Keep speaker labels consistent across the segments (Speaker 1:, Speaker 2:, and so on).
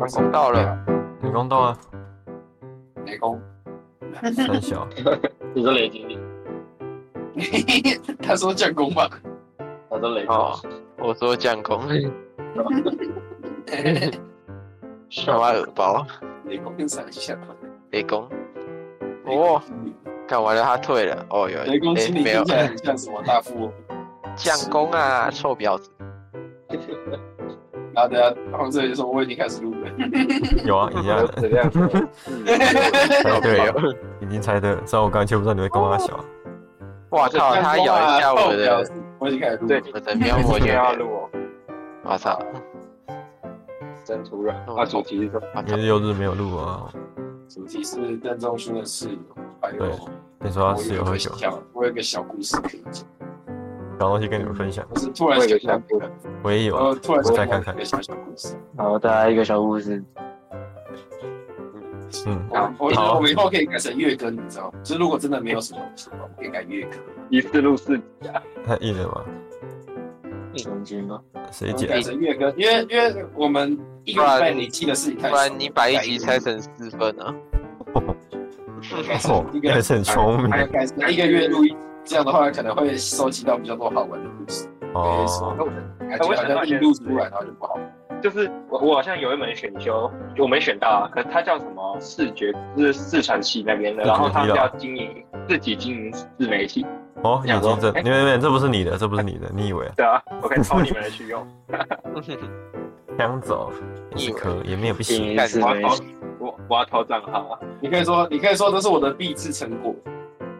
Speaker 1: 我知道了，
Speaker 2: 你刚到啊，
Speaker 1: 雷公，
Speaker 2: 三小，
Speaker 3: 你说雷经理，
Speaker 4: 他说建工吧，
Speaker 3: 他说雷
Speaker 1: 哦，我说将功，
Speaker 4: 哎
Speaker 1: 他妈耳包，
Speaker 4: 雷公跟三下，
Speaker 1: 雷公，哦，看完了他退了，哦有，
Speaker 4: 雷公心
Speaker 1: 诶
Speaker 4: 里
Speaker 1: 没有
Speaker 4: 听起来很像什么大富翁，
Speaker 1: 将功啊，臭婊子，
Speaker 4: 然后等下他们这里说我已经开始录 了，
Speaker 2: 有啊，一样，
Speaker 3: 这样子，
Speaker 2: 猜对
Speaker 1: 没
Speaker 2: 了，已经猜对了，虽然我刚才就不知道你会跟我小，
Speaker 1: 哇
Speaker 4: 哦
Speaker 1: 靠，
Speaker 4: 啊
Speaker 1: 他咬一下我的，，
Speaker 4: 我已经开始录了
Speaker 3: 对，
Speaker 1: 我的喵魔
Speaker 3: 今天
Speaker 1: 拳，
Speaker 3: 要录哦，
Speaker 1: 我操，
Speaker 3: 真突然。那主题是什么？
Speaker 1: 我
Speaker 2: 因
Speaker 1: 操，
Speaker 2: 为六日没有录啊。
Speaker 4: 主题是邓仲勋的室友，还有
Speaker 2: 对你说他室友喝酒，
Speaker 4: 小，我有一个小故事可以讲，
Speaker 2: 找东西跟你们分享，
Speaker 4: 我是突然想到一个，
Speaker 2: 我也有啊
Speaker 4: 呃，，突然
Speaker 2: 我
Speaker 4: 想
Speaker 2: 再
Speaker 4: 到
Speaker 2: 看
Speaker 4: 一
Speaker 2: 看
Speaker 4: 个，小小故事。
Speaker 3: 好，大家一个小故事。
Speaker 2: 嗯，
Speaker 4: 我我觉得我们以后可以改成月更，你知道吗？就是如果真的没有什么东西的话，我们可以改月更。
Speaker 3: 一次录四集，
Speaker 2: 太硬了吧？
Speaker 3: 中间吗？
Speaker 2: 谁
Speaker 4: 改
Speaker 2: 剪？
Speaker 4: 成月更，因为因为我们一个礼拜累积的事情太
Speaker 1: 不
Speaker 4: 少了，
Speaker 1: 然你把一集拆成四份啊，
Speaker 2: 哦，哎你还是很聪明
Speaker 4: 还改成一个月录一，这样的话可能会收集到比较多好玩的故事。
Speaker 2: 哦。
Speaker 4: 感觉好像一录出来然后就不好。
Speaker 3: 就是我我好像有一门选修，就我没选到啊，可是它叫什么视觉，就是视传系那边的，
Speaker 2: 视觉
Speaker 3: 然
Speaker 2: 系
Speaker 3: 后它
Speaker 2: 的
Speaker 3: 要经营自己经营自媒体，
Speaker 2: 哦，已
Speaker 3: 想说
Speaker 2: 经这，
Speaker 3: 哎
Speaker 2: 你们你们这不是你的，这不是你的，你以为啊
Speaker 3: 对啊，我可以抄你们的去用，
Speaker 2: 想走也是可以，也没有不行。
Speaker 1: 干
Speaker 3: 我要抄我我要抄账号啊，
Speaker 4: 你可以说，你可以说这是我的励志成果。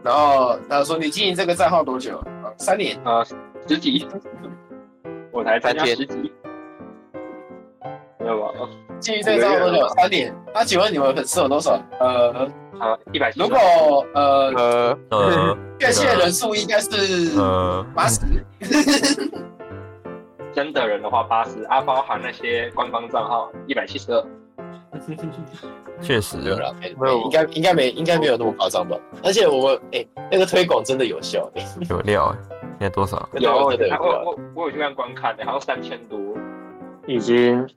Speaker 4: 然后他说你经营这个账号多久？啊三年。
Speaker 3: 呃，十级，我才参
Speaker 1: 三
Speaker 3: 加
Speaker 1: 天
Speaker 3: 十级，没有吧？哦
Speaker 4: 经营这个账号多
Speaker 3: 一个
Speaker 4: 久？三年。那请问你们粉丝有多少？呃，
Speaker 3: 好，一百七
Speaker 4: 如果呃
Speaker 1: 呃，
Speaker 2: 呃
Speaker 4: 月线人数应该是
Speaker 2: 呃，
Speaker 4: 八十，
Speaker 3: 真的人的话八十，啊，包含那些官方账号一百七十二，
Speaker 2: 确实
Speaker 4: 没有啦，啊没
Speaker 1: 没有
Speaker 4: 应该应该没应该没有那么夸张吧？而且我们哎、那个推广真的有效，哎
Speaker 2: 有料哎，现在多少？
Speaker 4: 那个
Speaker 3: 有
Speaker 4: 有
Speaker 3: 我
Speaker 4: 真的有
Speaker 3: 我
Speaker 4: 效。
Speaker 3: 我我有去看观看的，好像三千多，
Speaker 5: 已经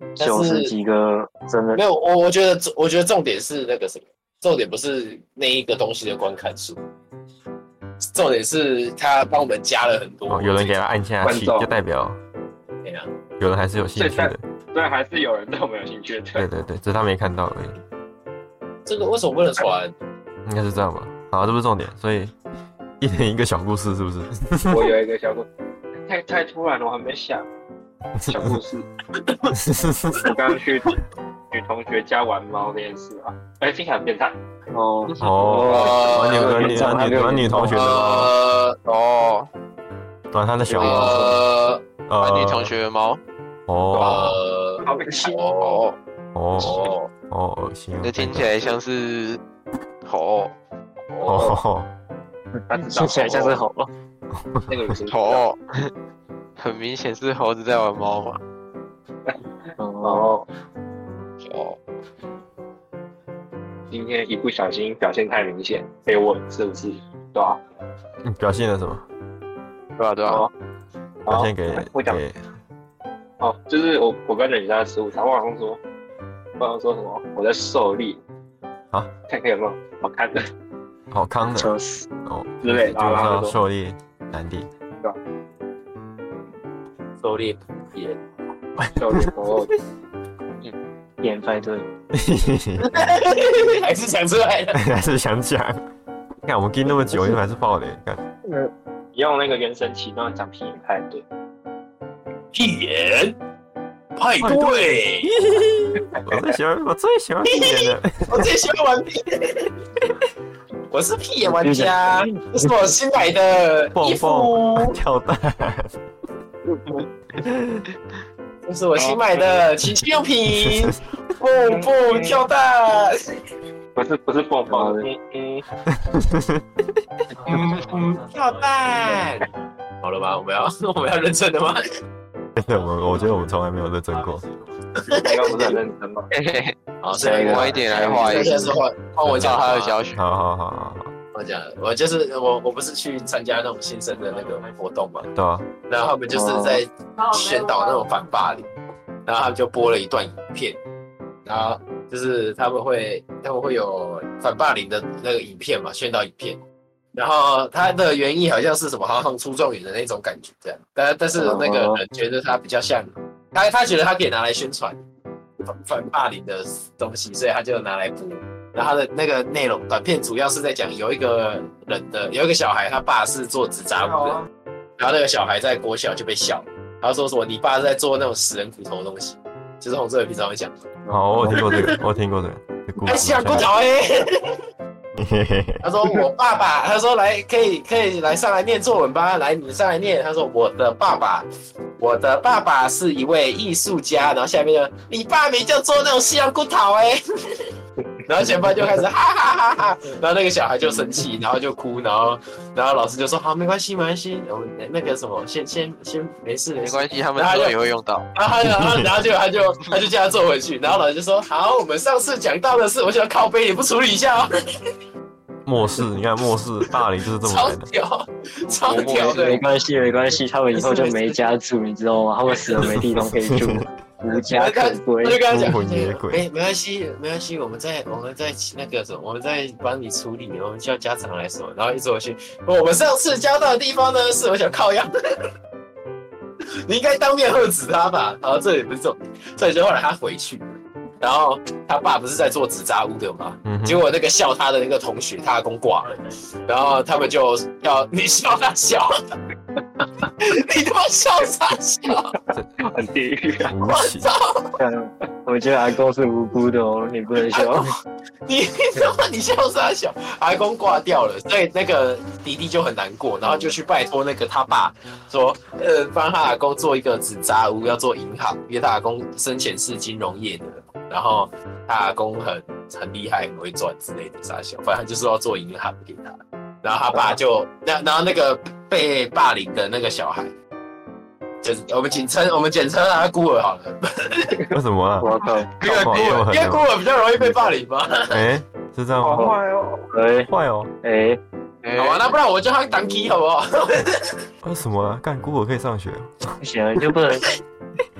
Speaker 4: 但是
Speaker 5: 九十几个，真的
Speaker 4: 没有，我我觉得我觉得重点是那个什么，重点不是那一个东西的观看数，重点是他帮我们加了很多。
Speaker 2: 哦，有人给他按下去，
Speaker 3: 观众
Speaker 2: 就代表
Speaker 4: 哎呀
Speaker 2: 有人还是有兴趣的。
Speaker 3: 虽然还是有人对我们有兴趣的
Speaker 2: 对。对对，只是他没看到而已，
Speaker 4: 这个为什么不能传？
Speaker 2: 应该是这样吧。好，这不是重点，所以一人一个小故事，是不是？
Speaker 3: 我有一个小故太太突然了，我还没想。小故事，我刚刚去女同学家玩猫这件事啊，哎、听起来很变态。
Speaker 5: 哦，
Speaker 2: 哦，
Speaker 1: 哦
Speaker 2: 玩女玩女玩女玩女同学的吗，
Speaker 4: 呃
Speaker 1: 哦，
Speaker 2: 玩他的小猫，
Speaker 4: 呃
Speaker 2: 呃，
Speaker 1: 女同学的猫，
Speaker 2: 哦
Speaker 4: 呃
Speaker 3: 好恶心
Speaker 4: 哦
Speaker 1: 哦，
Speaker 2: 哦
Speaker 4: 哦
Speaker 2: 哦，恶心哦，
Speaker 1: 这听起来像是猴
Speaker 2: 哦哦，
Speaker 3: 他知道
Speaker 5: 听起来像是猴，
Speaker 3: 哦那个女生
Speaker 1: 猴，很明显是猴子在玩猫嘛，
Speaker 5: 哦，
Speaker 3: 哦，
Speaker 1: 哦，
Speaker 3: 今天一不小心表现太明显，被问是不是？对吧、
Speaker 2: 你表现了什么？
Speaker 1: 对啊对啊，
Speaker 3: 哦，
Speaker 2: 表现给
Speaker 3: 我讲
Speaker 2: 给
Speaker 3: 哦，就是我我跟人家吃午餐，我老公说，我老公说什么？我在受力
Speaker 2: 啊，
Speaker 3: 看看有没有好看的。
Speaker 2: 好康的
Speaker 5: 就是
Speaker 2: 哦，
Speaker 3: 之类的
Speaker 2: 就是
Speaker 3: 然后他
Speaker 2: 要
Speaker 3: 就说
Speaker 2: 狩猎男帝，
Speaker 4: 狩猎也
Speaker 3: 受力哦，
Speaker 5: 演派对，
Speaker 4: 还是讲出来了。
Speaker 2: 还是想讲。看我们跟那么久，你们还是爆雷，看
Speaker 3: 你用那个原神启动讲皮影派对，
Speaker 4: 屁眼派对，
Speaker 2: 我最喜欢，我最喜欢一点 的，
Speaker 4: 我最喜欢玩屁眼，我是屁眼玩家，这是我新买的衣
Speaker 2: 蹦
Speaker 4: 服，
Speaker 2: 蹦跳蛋，
Speaker 4: 这是我新买的情趣用品， 蹦蹦跳蛋，
Speaker 3: 不是不是蹦蹦，
Speaker 5: 哦
Speaker 3: 嗯 嗯，
Speaker 4: 嗯嗯，跳蛋。好了吧，我们要 我们要认真的吗？
Speaker 2: 真的，我我觉得我们从来没有认真过。
Speaker 3: 刚刚不是很认真吗？
Speaker 1: 嘿嘿嘿
Speaker 4: 好，下一个
Speaker 1: 晚一点来画一
Speaker 4: 现在
Speaker 1: 个，
Speaker 4: 是换换我讲
Speaker 1: 照
Speaker 4: 话，
Speaker 1: 他的小雪，
Speaker 2: 好好好好好，
Speaker 4: 我讲，我就是我我不是去参加那种新生的那个活动嘛，
Speaker 2: 对啊，
Speaker 4: 哦然后他们就是在宣导那种反霸凌，然后他们就播了一段影片，然后就是他们会他们会有反霸凌的那个影片嘛，宣导影片。然后他的原意好像是什么行行出状元的那种感觉，这样。但但是那个人觉得他比较像，他他觉得他可以拿来宣传反反霸凌的东西，所以他就拿来播。然后他的那个内容短片主要是在讲有一个人的有一个小孩，他爸是做纸扎屋的，然后那个小孩在国小就被笑，他说什么你爸是在做那种死人骨头的东西，就是洪志伟平常会讲，
Speaker 2: 好，我有听过这个，我有听过这个。这故
Speaker 4: 哎，
Speaker 2: 事
Speaker 4: 下骨头哎、
Speaker 2: 嘿嘿嘿
Speaker 4: 他 说我爸爸，他说来可以可以来上来念作文吧，来你上来念。他说我的爸爸，我的爸爸是一位艺术家，然后下面就你爸没就做那种西洋骨头哎、 然后前班就开始哈哈哈哈，然后那个小孩就生气，然后就哭，然后然后老师就说好没关系没关系，我们那个什么先先先没事没
Speaker 1: 没
Speaker 4: 事，
Speaker 1: 关系，他们之后也会用到。
Speaker 4: 然后然后然后就他就他就叫他坐回去，然后老师就说好我们上次讲到的是，我想靠背你不处理一下哦，
Speaker 2: 末世，你看末世霸凌就是这么
Speaker 4: 超
Speaker 2: 来的。
Speaker 4: 屌超屌的
Speaker 5: 没。关系，没关系，他们以后就没家住，你知道吗？他们死了没地方可以住，无家可归
Speaker 4: 我就。跟他讲，
Speaker 2: 孤魂野鬼
Speaker 4: 没没关系，没关系，我们再我们再那个什么，我们再帮你处理，我们叫家长来什么，然后一直回去，我们上次交到的地方呢，是我想靠腰， 你应该当面喝止他吧。然后这也不是重点，所以就后来他回去，然后他爸不是在做纸扎屋的吗？
Speaker 2: 嗯哼
Speaker 4: 结果那个笑他的那个同学，他阿公挂了，然后他们就要你笑他笑， 你他妈笑啥笑？
Speaker 3: 很地狱啊！
Speaker 2: 无
Speaker 4: 我
Speaker 2: 情，
Speaker 4: 操！
Speaker 5: 看我觉得阿公是无辜的哦，你不能笑。
Speaker 4: 你他妈你笑啥笑？阿公挂掉了，所以那个弟弟就很难过，然后就去拜托那个他爸说，呃，帮他阿公做一个纸扎屋，要做银行，因为他阿公生前是金融业的，然后他阿公很很厉害，很会赚之类的傻笑，反正就是要做银行给他。然后他爸就那然后那个被霸凌的那个小孩，就是我们简称我们简称他孤儿好了，
Speaker 2: 为什么啊？
Speaker 5: 我靠！
Speaker 4: 因为孤儿因为孤儿比较容易被霸凌嘛。
Speaker 2: 哎、是这样吗？
Speaker 5: 哎
Speaker 2: 坏哦，
Speaker 5: 哎，
Speaker 4: 好啊吧，那不然我叫他当 key 好不好？
Speaker 2: 为什么啊？干孤儿可以上学？
Speaker 5: 不行啊，你就不能，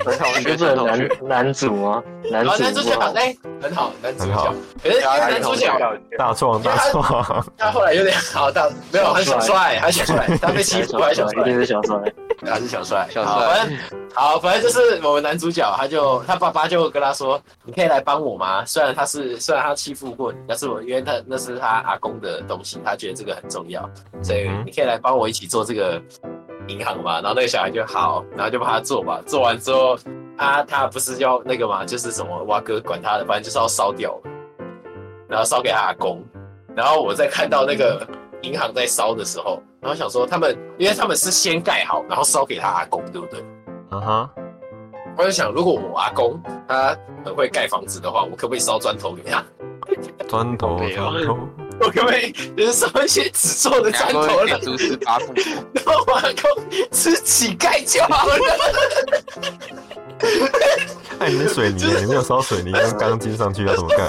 Speaker 1: 很好，
Speaker 5: 你就
Speaker 1: 学
Speaker 5: 不
Speaker 1: 生
Speaker 5: 能
Speaker 1: 同学，
Speaker 5: 男男主吗？男
Speaker 4: 然后男
Speaker 5: 主
Speaker 4: 主角
Speaker 5: 吗？
Speaker 4: 哎，很好，男主
Speaker 2: 很好
Speaker 4: 角，可是因为男主角
Speaker 2: 大创大创，
Speaker 4: 啊他后来有点好到没有，他小帅，他小帅，他被欺
Speaker 5: 小
Speaker 4: 负还小
Speaker 5: 帅，
Speaker 4: 帅，
Speaker 5: 一定是小帅。
Speaker 4: 他是小帅，
Speaker 1: 小帅
Speaker 4: 好反正好，反正就是我们男主角，他就他爸爸就跟他说，你可以来帮我吗？虽然他是虽然他欺负过你，但是我因为他那是他阿公的东西，他觉得这个很重要，所以
Speaker 2: 嗯
Speaker 4: 你可以来帮我一起做这个银行嘛。然后那个小孩就好，然后就帮他做嘛。做完之后，啊，他不是要那个嘛，就是什么蛙哥管他的，反正就是要烧掉，然后烧给他阿公。然后我在看到那个银行在烧的时候，然后想说他们，因为他们是先盖好，然后烧给他阿公，对不对？
Speaker 2: 啊哈，
Speaker 4: 我就想，如果我阿公他很会盖房子的话，我可不可以烧砖头给他？
Speaker 2: 砖头
Speaker 1: 没有
Speaker 2: 砖头，
Speaker 4: 我可不可以就是烧一些纸做的砖
Speaker 1: 两
Speaker 4: 头来
Speaker 1: 个点蛛丝八 步错，
Speaker 4: 然后我阿公吃乞丐就好了。
Speaker 2: 那你是水泥，你没有烧水泥，用钢筋上去要怎么干？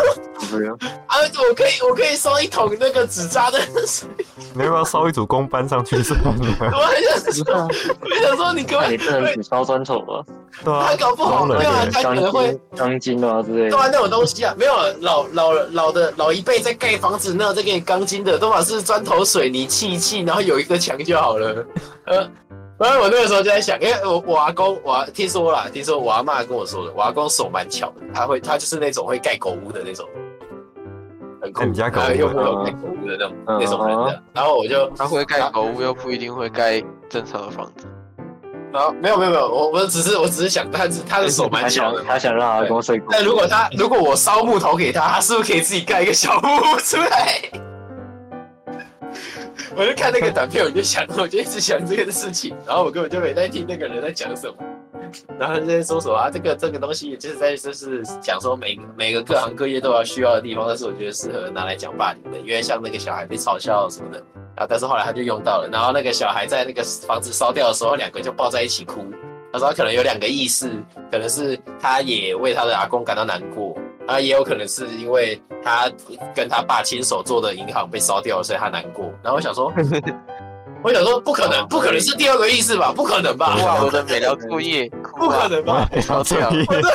Speaker 5: 不用，
Speaker 4: 啊，我可以，我可以烧一桶那个纸扎的水。
Speaker 2: 你要不要烧一组公班上去算了？
Speaker 4: 我很想说，我想说你根
Speaker 5: 那
Speaker 4: 本
Speaker 5: 你不能只烧砖头吧？
Speaker 2: 对 啊
Speaker 4: 他，搞不好
Speaker 2: 哎装人
Speaker 4: 没有啊
Speaker 2: 的，
Speaker 4: 他
Speaker 5: 钢
Speaker 4: 可能会
Speaker 5: 筋、钢筋啊之类
Speaker 4: 对
Speaker 5: 的。
Speaker 4: 啊，那种东西啊，没有老老老的老一辈在盖房子，那种在给你钢筋的，都把是砖头水泥砌一砌，然后有一个墙就好了。 呃，然后我那个时候就在想，因为我我阿公，我阿听说啦，听说我阿妈跟我说的，我阿公手蛮巧的，他会他就是那种会盖狗屋的那种，很酷，
Speaker 2: 哎你家狗屋
Speaker 4: 然后用木头
Speaker 5: 啊
Speaker 4: 盖狗屋的那种、
Speaker 5: 嗯
Speaker 4: 那种人的。然后我就
Speaker 1: 他会盖
Speaker 4: 啊
Speaker 1: 狗屋又不一定会盖正常的房子。
Speaker 4: 然后没有没有没有，我我只是我只是想，他是他的手蛮
Speaker 5: 他
Speaker 4: 巧
Speaker 5: 想
Speaker 4: 的嘛。
Speaker 5: 他想让阿公睡过。
Speaker 4: 但如果他如果我烧木头给他，他是不是可以自己盖一个小木屋出来？ 我就看那个短片，我就想，我就一直想这个事情，然后我根本就没在听那个人在讲什么，然后他就在说什么啊，这个这个东西就是在就是讲说每个每个各行各业都要需要的地方，但是我觉得适合拿来讲霸凌的，因为像那个小孩被嘲笑什么的，啊，但是后来他就用到了，然后那个小孩在那个房子烧掉的时候，两个就抱在一起哭，他说他可能有两个意思，可能是他也为他的阿公感到难过，啊，也有可能是因为他跟他爸亲手做的银行被烧掉了，所以他难过。然后我想说，我想说不可能，不可能是第二个意思吧？不可能吧？
Speaker 1: 哇，我的美疗作业，酷
Speaker 4: 不可能吧？
Speaker 2: 我也 要这样。
Speaker 4: 我的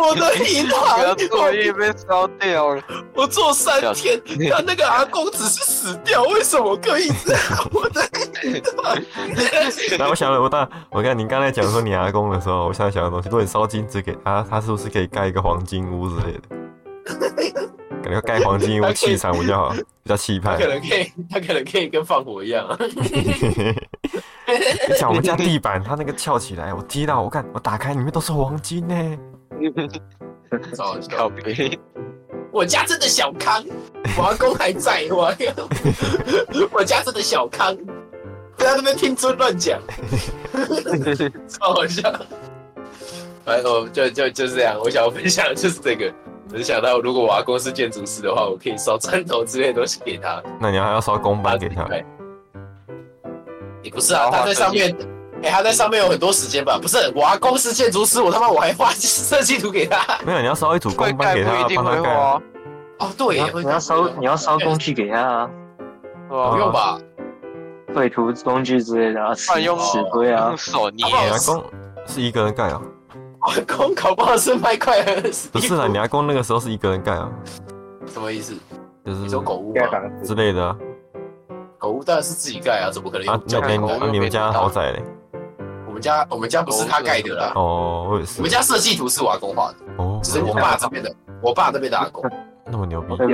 Speaker 4: 我的银
Speaker 1: 我
Speaker 4: 行，
Speaker 1: 注意被烧掉了。
Speaker 4: 我做三天，他那个阿公只是死掉，为什么可以这样？我的 银 行，
Speaker 2: 来，我想了，我大，我看你刚才讲说你阿公的时候，我现在想的东西，如果你烧金子给他，他是不是可以盖一个黄金屋之类的？感觉盖黄金屋气场比较好，比较气
Speaker 4: 他
Speaker 2: 派
Speaker 4: 可。能可以，他可能可以跟放火一样 啊！
Speaker 2: 你讲我们家地板，它那个翘起来，我踢到，我看我打开里面都是黄金呢、
Speaker 4: 超好笑
Speaker 1: 靠背，
Speaker 4: 我家真的小康，我阿公还在，我阿 公我家真的小康，不要在那边听尊乱讲，超好笑。哎，我就就就是这样，我想要分享的就是这个。我就想到，如果我阿公是建筑师的话，我可以烧砖头之类的东西给他，
Speaker 2: 那你还要烧公版给他？
Speaker 4: 对。你不是啊？他在上面，哎、他在上面有很多时间吧？不是，我阿公是建筑师，我他妈我还画设计图给他。
Speaker 2: 没有，你要烧一组
Speaker 1: 会
Speaker 2: 公版
Speaker 1: 盖
Speaker 2: 给
Speaker 1: 不
Speaker 2: 他
Speaker 1: 一，定
Speaker 2: 帮他
Speaker 1: 会
Speaker 2: 盖啊。
Speaker 1: 花，
Speaker 4: 哦，对
Speaker 5: 你
Speaker 4: 耶
Speaker 5: 要，你要烧你要烧工具给他啊，
Speaker 1: 哦
Speaker 4: 不用吧？
Speaker 5: 绘图工具之类的啊，尺
Speaker 1: 啊用
Speaker 5: 尺规啊
Speaker 4: 哦
Speaker 1: 用，手捏
Speaker 4: 好不好
Speaker 2: 你阿公是一个人盖啊？
Speaker 4: 我阿 公搞不好是卖快乐死。
Speaker 2: 不是啊嗯啦，你阿公那个时候是一个人盖啊，
Speaker 4: 什么意思？
Speaker 2: 就
Speaker 4: 你
Speaker 2: 是
Speaker 4: 说狗屋
Speaker 3: 盖
Speaker 4: 吗？
Speaker 3: 房子
Speaker 2: 之类的啊。
Speaker 4: 狗屋当然是自己盖啊，怎么可能
Speaker 2: 啊
Speaker 4: 用，
Speaker 2: 那
Speaker 4: 叫
Speaker 1: 盖
Speaker 2: 你
Speaker 1: 狗
Speaker 2: 啊
Speaker 1: 又
Speaker 2: 你们
Speaker 1: 变
Speaker 2: 家
Speaker 1: 大
Speaker 2: 豪宅嘞？
Speaker 4: 我们家我们家不是他盖的啦，
Speaker 2: 哦，我也是
Speaker 4: 我们。家设计图是我阿公画的，
Speaker 2: 哦，
Speaker 4: 只是我爸这边的，我爸这边的阿公。
Speaker 2: 那么牛逼，
Speaker 5: 对不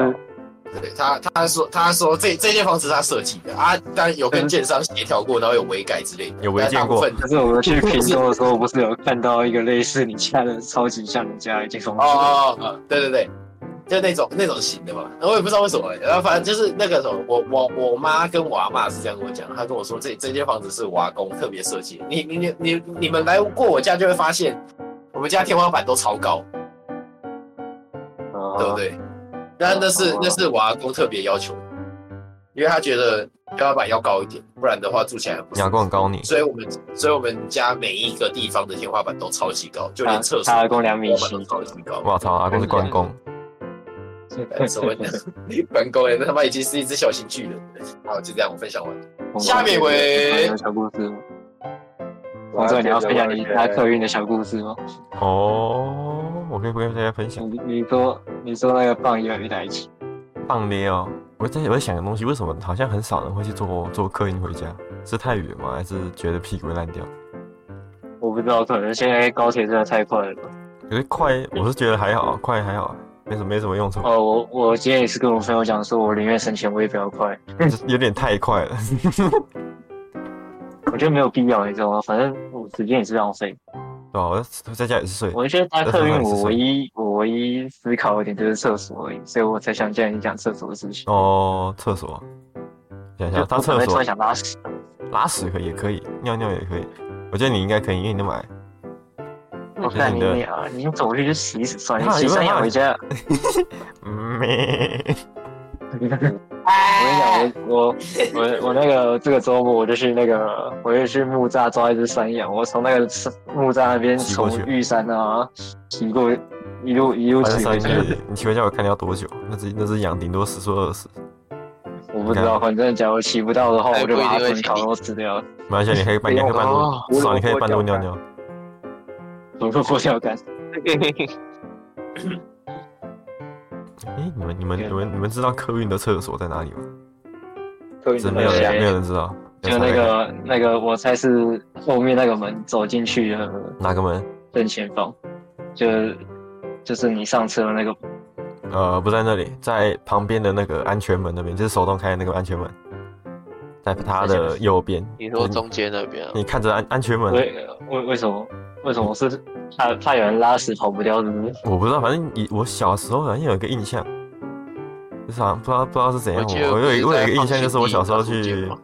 Speaker 4: 对，他他说他说这这间房子是他设计的啊，当然有跟建商协调过，然后有微改之类的，
Speaker 2: 有违建过
Speaker 4: 但大部
Speaker 5: 可
Speaker 4: 分
Speaker 5: 是我们去屏东的时候，不是有看到一个类似你家的，超级像你家的一间公
Speaker 4: 哦
Speaker 5: 司，
Speaker 4: 哦哦，对对对，就那种那种型的嘛，我也不知道为什么、然后反正就是那个什么，我我我妈跟我阿妈是这样跟我讲，她跟我说这这间房子是我阿公特别设计的，你你你你你们来过我家就会发现，我们家天花板都超高，对
Speaker 5: 对啊嗯
Speaker 4: 不？哦对？那那是那是我阿公特别要求的，因为他觉得天花板要高一点，不然的话住起来很不
Speaker 2: 你
Speaker 4: 舒
Speaker 2: 阿
Speaker 4: 服。
Speaker 2: 公很高你，
Speaker 4: 所以我们所以我们家每一个地方的天花板都超级高，就连厕所
Speaker 5: 大大概两米
Speaker 4: 天花板都超级高。
Speaker 2: 我操，阿公是关公，
Speaker 4: 所谓 的关公人，那他妈已经是一只小型巨人了。好，就这样，我分享完了。下面一位
Speaker 5: 有小故事吗？我说你要分享你搭客运的小故事吗？
Speaker 2: 哦，我可以不跟大家分享
Speaker 5: 你你说你说那个棒越来越大一起，
Speaker 2: 棒咧哦。我在我在想个东西，为什么好像很少人会去坐坐客运回家？是太远吗？还是觉得屁股会烂掉？
Speaker 5: 我不知道，可能现在高铁真的太快了吧。
Speaker 2: 可是快，我是觉得还好，快还好，没什么没什么用处，
Speaker 5: 哦，我我今天也是跟我朋友讲说，我宁愿省钱，我也不要快。
Speaker 2: 有点太快了。
Speaker 5: 我觉得没有必要，你知道吗？反正我时间也是浪费。
Speaker 2: 对啊，我在在家也是睡。
Speaker 5: 我觉得搭客运，我唯一我唯一思考的点就是厕所而已，所以我才想叫你讲厕所的事情。
Speaker 2: 哦，厕所，想一
Speaker 5: 就
Speaker 2: 下，到厕
Speaker 5: 我突
Speaker 2: 所
Speaker 5: 然想拉屎，
Speaker 2: 拉屎可以也可以，尿尿也可以。我觉得你应该可以，因为你那么矮。
Speaker 5: 我
Speaker 2: 觉得
Speaker 5: 看
Speaker 2: 你
Speaker 5: 你
Speaker 2: 的
Speaker 5: 你啊，你走过去就洗死算
Speaker 2: 那
Speaker 5: 了，
Speaker 2: 有
Speaker 5: 洗
Speaker 2: 没有
Speaker 5: 三
Speaker 2: 那
Speaker 5: 下回家。
Speaker 2: 嗯 咩，
Speaker 5: 我跟你讲，
Speaker 2: 哎
Speaker 5: 我我我我那个这个周末我就去那个，我就去木栅抓一只山羊，我从那个山木栅那边
Speaker 2: 骑过
Speaker 5: 从
Speaker 2: 去
Speaker 5: 玉山啊骑过，一路一路
Speaker 2: 反正
Speaker 5: 骑
Speaker 2: 三
Speaker 5: 过去，
Speaker 2: 你你骑回家我看你要多久？那只那只羊顶多十说二十，
Speaker 5: 我不知道，反正假如骑不到的话，
Speaker 1: 哎
Speaker 5: 我就把
Speaker 1: 不一
Speaker 5: 它
Speaker 1: 定会
Speaker 5: 炖烤肉吃掉，
Speaker 2: 没关系，啊你可以半你可以半
Speaker 1: 哦
Speaker 2: 路，至少你可以半路尿尿。
Speaker 5: 我就过掉干。
Speaker 2: 诶，你们你们
Speaker 5: 对
Speaker 2: 你们你们知道客运的厕所在哪里吗？ 真没
Speaker 5: 没
Speaker 2: 有
Speaker 5: 有
Speaker 2: 人没有
Speaker 5: 人，
Speaker 2: 人知道。
Speaker 5: 就那个那个，我猜是后面那个门走进去的
Speaker 2: 哪个门？
Speaker 5: 正前方，就就是你上车的那个
Speaker 2: 呃，不在那里，在旁边的那个安全门那边，就是手动开的那个安全门，在它的右边。
Speaker 1: 你说
Speaker 2: 就是
Speaker 1: 中间那边啊，
Speaker 2: 你看着安安全门，
Speaker 5: 为为为什么为什么是怕怕有人拉屎跑不掉，是不是？
Speaker 2: 我不知道，反正以我小时候好像有一个印象，就是好像不知道不知道是怎样，
Speaker 1: 我记得
Speaker 2: 我我有一
Speaker 1: 不
Speaker 2: 我
Speaker 1: 是在
Speaker 2: 有一个印
Speaker 1: 放
Speaker 2: 象就是我
Speaker 1: 行李
Speaker 2: 小时候
Speaker 1: 那附近
Speaker 2: 去
Speaker 1: 吗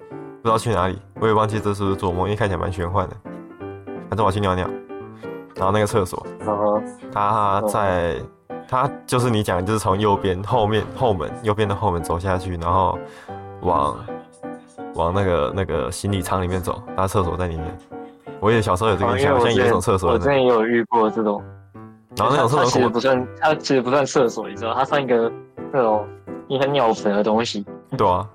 Speaker 2: 不知道去哪里，我也忘记这是不是做梦，因为看起来蛮玄幻的。反正我去尿尿，然后那个厕所，
Speaker 5: 然后
Speaker 2: 它在它就是你讲的，就是从右边后面后门右边的后门走下去，然后往往那个那个行李舱里面走，它厕所在里面。我也小时候有这个
Speaker 5: 哦
Speaker 2: 印
Speaker 5: 因为
Speaker 2: 象，好
Speaker 5: 我
Speaker 2: 像
Speaker 5: 之
Speaker 2: 有一种
Speaker 5: 前
Speaker 2: 厕所
Speaker 5: 我之
Speaker 2: 在那里，
Speaker 5: 前也有遇过这种，
Speaker 2: 然后那种
Speaker 5: 它
Speaker 2: 厕
Speaker 5: 它其
Speaker 2: 所
Speaker 5: 实
Speaker 2: 我
Speaker 5: 不算，它其实不算厕所，你知道，它算一个那种一个尿盆的东西，
Speaker 2: 对啊，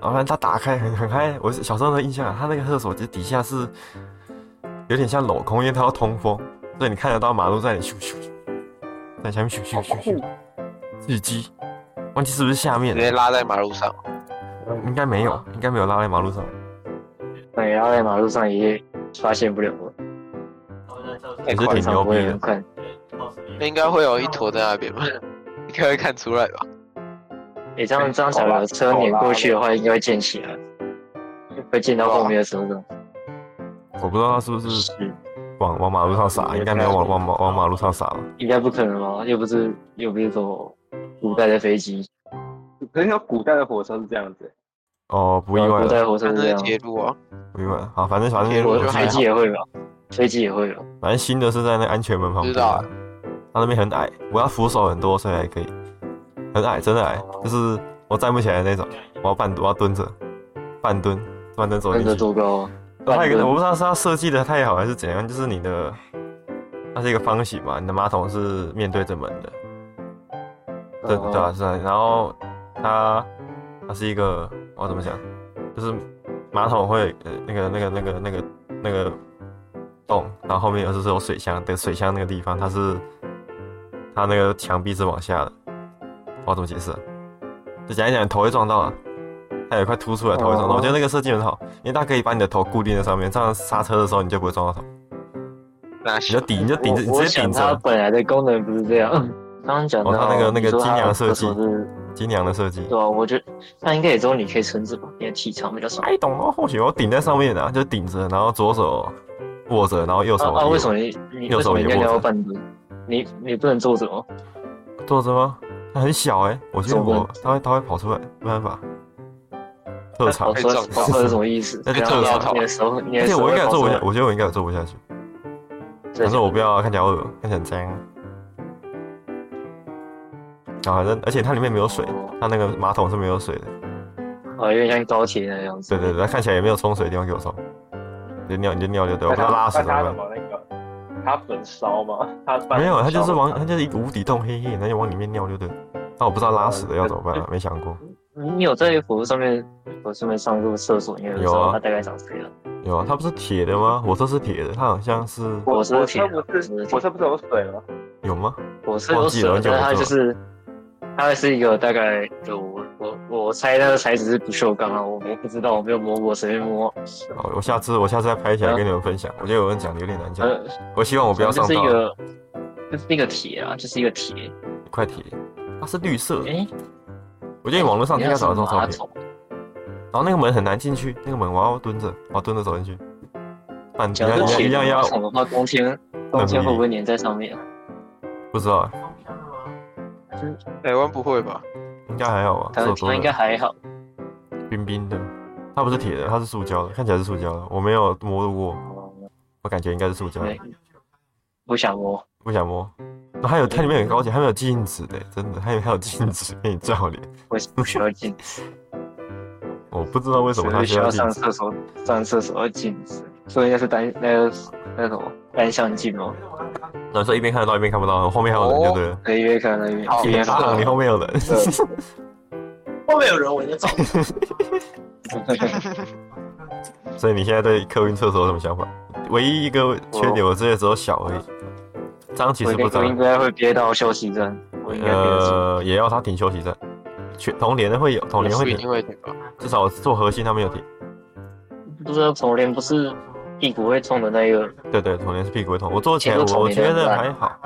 Speaker 2: 然后反正他打开很很嗨，我是小时候的印象啊，他那个厕所就底下是有点像镂空，因为它要通风，所以你看得到马路在你咻咻咻，在下面咻咻咻咻，日机，忘记是不是下面
Speaker 1: 直接
Speaker 2: 了，
Speaker 1: 拉在马路上，
Speaker 2: 应该没有，应该没有拉在马路上。
Speaker 5: 对，然后在马路上也发现不了我，
Speaker 1: 太
Speaker 2: 可是
Speaker 1: 快了，
Speaker 2: 挺牛
Speaker 5: 正常不会
Speaker 2: 逼的
Speaker 5: 很快。
Speaker 1: 应该会有一坨在那边吧？ 应该会看出来吧？
Speaker 5: 你这样这样，假如车碾过去的话，应该会溅起来，会溅到后面的车上。
Speaker 2: 我不知道它是不是
Speaker 5: 是，
Speaker 2: 往往马路上撒，应该没有往往往往马路上撒吧？
Speaker 5: 应该不可能吧？又不是又不是走古代的飞机，
Speaker 3: 可是有古代的火车是这样子，
Speaker 2: 哦，不意外
Speaker 5: 古
Speaker 2: 了，
Speaker 5: 代火车
Speaker 1: 那
Speaker 5: 是这
Speaker 1: 是
Speaker 5: 样，
Speaker 1: 铁路啊，
Speaker 2: 不意外了。好，反正反正
Speaker 1: 铁路
Speaker 2: 我
Speaker 1: 就还
Speaker 5: 飞
Speaker 1: 好
Speaker 5: 机也会吧？飞机也会吧？
Speaker 2: 反正新的是在那个安全门旁边
Speaker 1: 知道
Speaker 2: 啊
Speaker 1: 啊，
Speaker 2: 它那边很矮，我要扶手很多，所以还可以，很矮，真的矮，就是我站不起来的那种，我要半我要蹲着，半蹲半蹲走
Speaker 5: 那
Speaker 2: 进
Speaker 5: 个
Speaker 2: 去。
Speaker 5: 多高啊？
Speaker 2: 它有一
Speaker 5: 半
Speaker 2: 个
Speaker 5: 吨
Speaker 2: 我不知道是它设计的太好还是怎样，就是你的它是一个方形嘛，你的马桶是面对着门的，对对啊，是啊，然后它它是一个我要怎么讲，就是马桶会呃那个那个那个那个那个洞，然后后面又是有水箱，对水箱那个地方它是它那个墙壁是往下的，我要怎么解释、啊？就讲一讲，头会撞到啊，它有一块凸出来，头会撞到。
Speaker 5: 哦
Speaker 2: 我觉得那个设计很好，因为它可以把你的头固定在上面，这样刹车的时候你就不会撞到头，
Speaker 1: 那
Speaker 2: 你
Speaker 1: 是
Speaker 2: 就顶，你就顶着，你
Speaker 5: 我我
Speaker 2: 直接
Speaker 5: 想
Speaker 2: 顶
Speaker 5: 它
Speaker 2: 着。
Speaker 5: 本来的功能不是这样。刚刚讲到
Speaker 2: 哦它那个那个
Speaker 5: 你说它
Speaker 2: 精良设计
Speaker 5: 为什么是
Speaker 2: 金良的设计，
Speaker 5: 对啊，我觉得那应该也只有你可以撑着吧，你的体长比较少。
Speaker 2: I don't know，或哎许我顶在上面的、啊，就顶着，然后左手握着，然后右手
Speaker 5: 啊
Speaker 2: 往
Speaker 5: 啊！
Speaker 2: 右
Speaker 5: 为什么你你
Speaker 2: 右
Speaker 5: 为什
Speaker 2: 手
Speaker 5: 么
Speaker 2: 也
Speaker 5: 你尿
Speaker 2: 握
Speaker 5: 尿
Speaker 2: 着
Speaker 5: 要半蹲？你你不能坐着吗？哦
Speaker 2: 坐着吗？它很小哎、我觉得
Speaker 5: 怎么
Speaker 2: 我它会它会跑出来，没办法。特长
Speaker 5: 我，说
Speaker 1: 被撞到
Speaker 5: 我说是什么意思？
Speaker 2: 那就
Speaker 5: 这
Speaker 2: 特
Speaker 5: 样
Speaker 2: 长
Speaker 5: 子你的手，你
Speaker 2: 而
Speaker 5: 的
Speaker 2: 且
Speaker 5: 手
Speaker 2: 我应该有
Speaker 5: 会
Speaker 2: 做不
Speaker 5: 跑
Speaker 2: 下，
Speaker 5: 出来
Speaker 2: 我觉得我应该有做不下去。
Speaker 5: 对
Speaker 2: 反正我不要看起来恶，看起来很脏。啊，反正而且它里面没有水，它那个马桶是没有水的。
Speaker 5: 啊，有点像高铁那样子。
Speaker 2: 对对对，它看起来也没有冲水的地方给我冲。你就尿你就尿就对，我
Speaker 3: 那
Speaker 2: 不知道拉屎
Speaker 3: 它
Speaker 2: 怎么
Speaker 3: 它怎
Speaker 2: 办。
Speaker 3: 么那个？它焚烧吗？它
Speaker 2: 没有，啊它就是往它就是一个无底洞，黑黑，那就往里面尿就对。那我不知道拉屎的要怎么办、啊，没想过。
Speaker 5: 你有在火车上面，火车上面上过厕所，你有知
Speaker 2: 有啊
Speaker 5: 道它大概长什么样？
Speaker 2: 有啊，它不是铁的吗？火车是铁的，它好像是
Speaker 5: 火
Speaker 3: 火
Speaker 5: 车
Speaker 3: 车
Speaker 5: 铁啊
Speaker 3: 不是火车不是有水吗？
Speaker 2: 有吗？
Speaker 5: 火车有
Speaker 2: 忘记了
Speaker 5: 水，但是
Speaker 2: 忘
Speaker 5: 它
Speaker 2: 记了
Speaker 5: 就是它是一个大概有我我我猜那个材质是不锈钢啊，我我不知道，我没有摸过，随便摸。
Speaker 2: 好，哦我下次我下次再拍起来跟你们分享。我觉得有人讲的有点难讲，
Speaker 5: 呃，
Speaker 2: 我希望我不要
Speaker 5: 就
Speaker 2: 上
Speaker 5: 是一
Speaker 2: 到一
Speaker 5: 个就是一个铁啊，就是一个铁。
Speaker 2: 块铁，它是绿色的。
Speaker 5: 哎，
Speaker 2: 我觉得你网络上应该找得到照
Speaker 5: 马
Speaker 2: 片。
Speaker 5: 桶
Speaker 2: 然后那个门很难进去，那个门我要蹲着，我要蹲着走进去。反
Speaker 5: 假
Speaker 2: 正
Speaker 5: 如
Speaker 2: 一
Speaker 5: 铁
Speaker 2: 样
Speaker 5: 的
Speaker 2: 要
Speaker 5: 马桶的话，冬 天冬天会不会粘在上面啊？
Speaker 2: 不知道，啊
Speaker 1: 台湾不会吧？
Speaker 2: 应该还好吧？
Speaker 5: 它
Speaker 2: 是有多
Speaker 5: 它应该
Speaker 2: 冷，
Speaker 5: 还好。
Speaker 2: 冰冰的，它不是铁的，它是塑胶的，看起来是塑胶的，我没有摸入过，我感觉应该是塑胶的
Speaker 5: 对，不想摸。
Speaker 2: 不想摸。然后还有它里面很高级，还有镜子的，真的，还有还有镜子给你照脸。
Speaker 5: 我不需要镜子，
Speaker 2: 我不知道为什么它
Speaker 5: 只是需要
Speaker 2: 镜
Speaker 5: 上
Speaker 2: 子
Speaker 5: 厕所，上厕所要镜子，所以应该是单那个那种单向镜哦，
Speaker 2: 然后说一边看得到一边看不到，后面还有人就对了。
Speaker 5: 可以越看越远，
Speaker 1: 哦
Speaker 5: 一边
Speaker 2: 阿郎，你后面有人，
Speaker 4: 后面有人，我应该照。
Speaker 2: 所以你现在对客运厕所有什么想法？唯一一个缺点，我这里只有小而已。脏其
Speaker 5: 我
Speaker 2: 实不
Speaker 5: 应该我应
Speaker 2: 脏，
Speaker 5: 该会憋到休息站，我应该憋得
Speaker 2: 呃，也要他停休息站，全同联的会有，同哦联会
Speaker 1: 不一
Speaker 2: 停
Speaker 1: 定，会停吧？
Speaker 2: 至少做核心他们有停。
Speaker 5: 住。不知道丛林不是屁股会痛的那个，
Speaker 2: 对对，同联是屁股会痛。我做起来，
Speaker 5: 其实
Speaker 2: 我
Speaker 5: 同
Speaker 2: 我
Speaker 5: 联的
Speaker 2: 觉得
Speaker 5: 很烂
Speaker 2: 还好，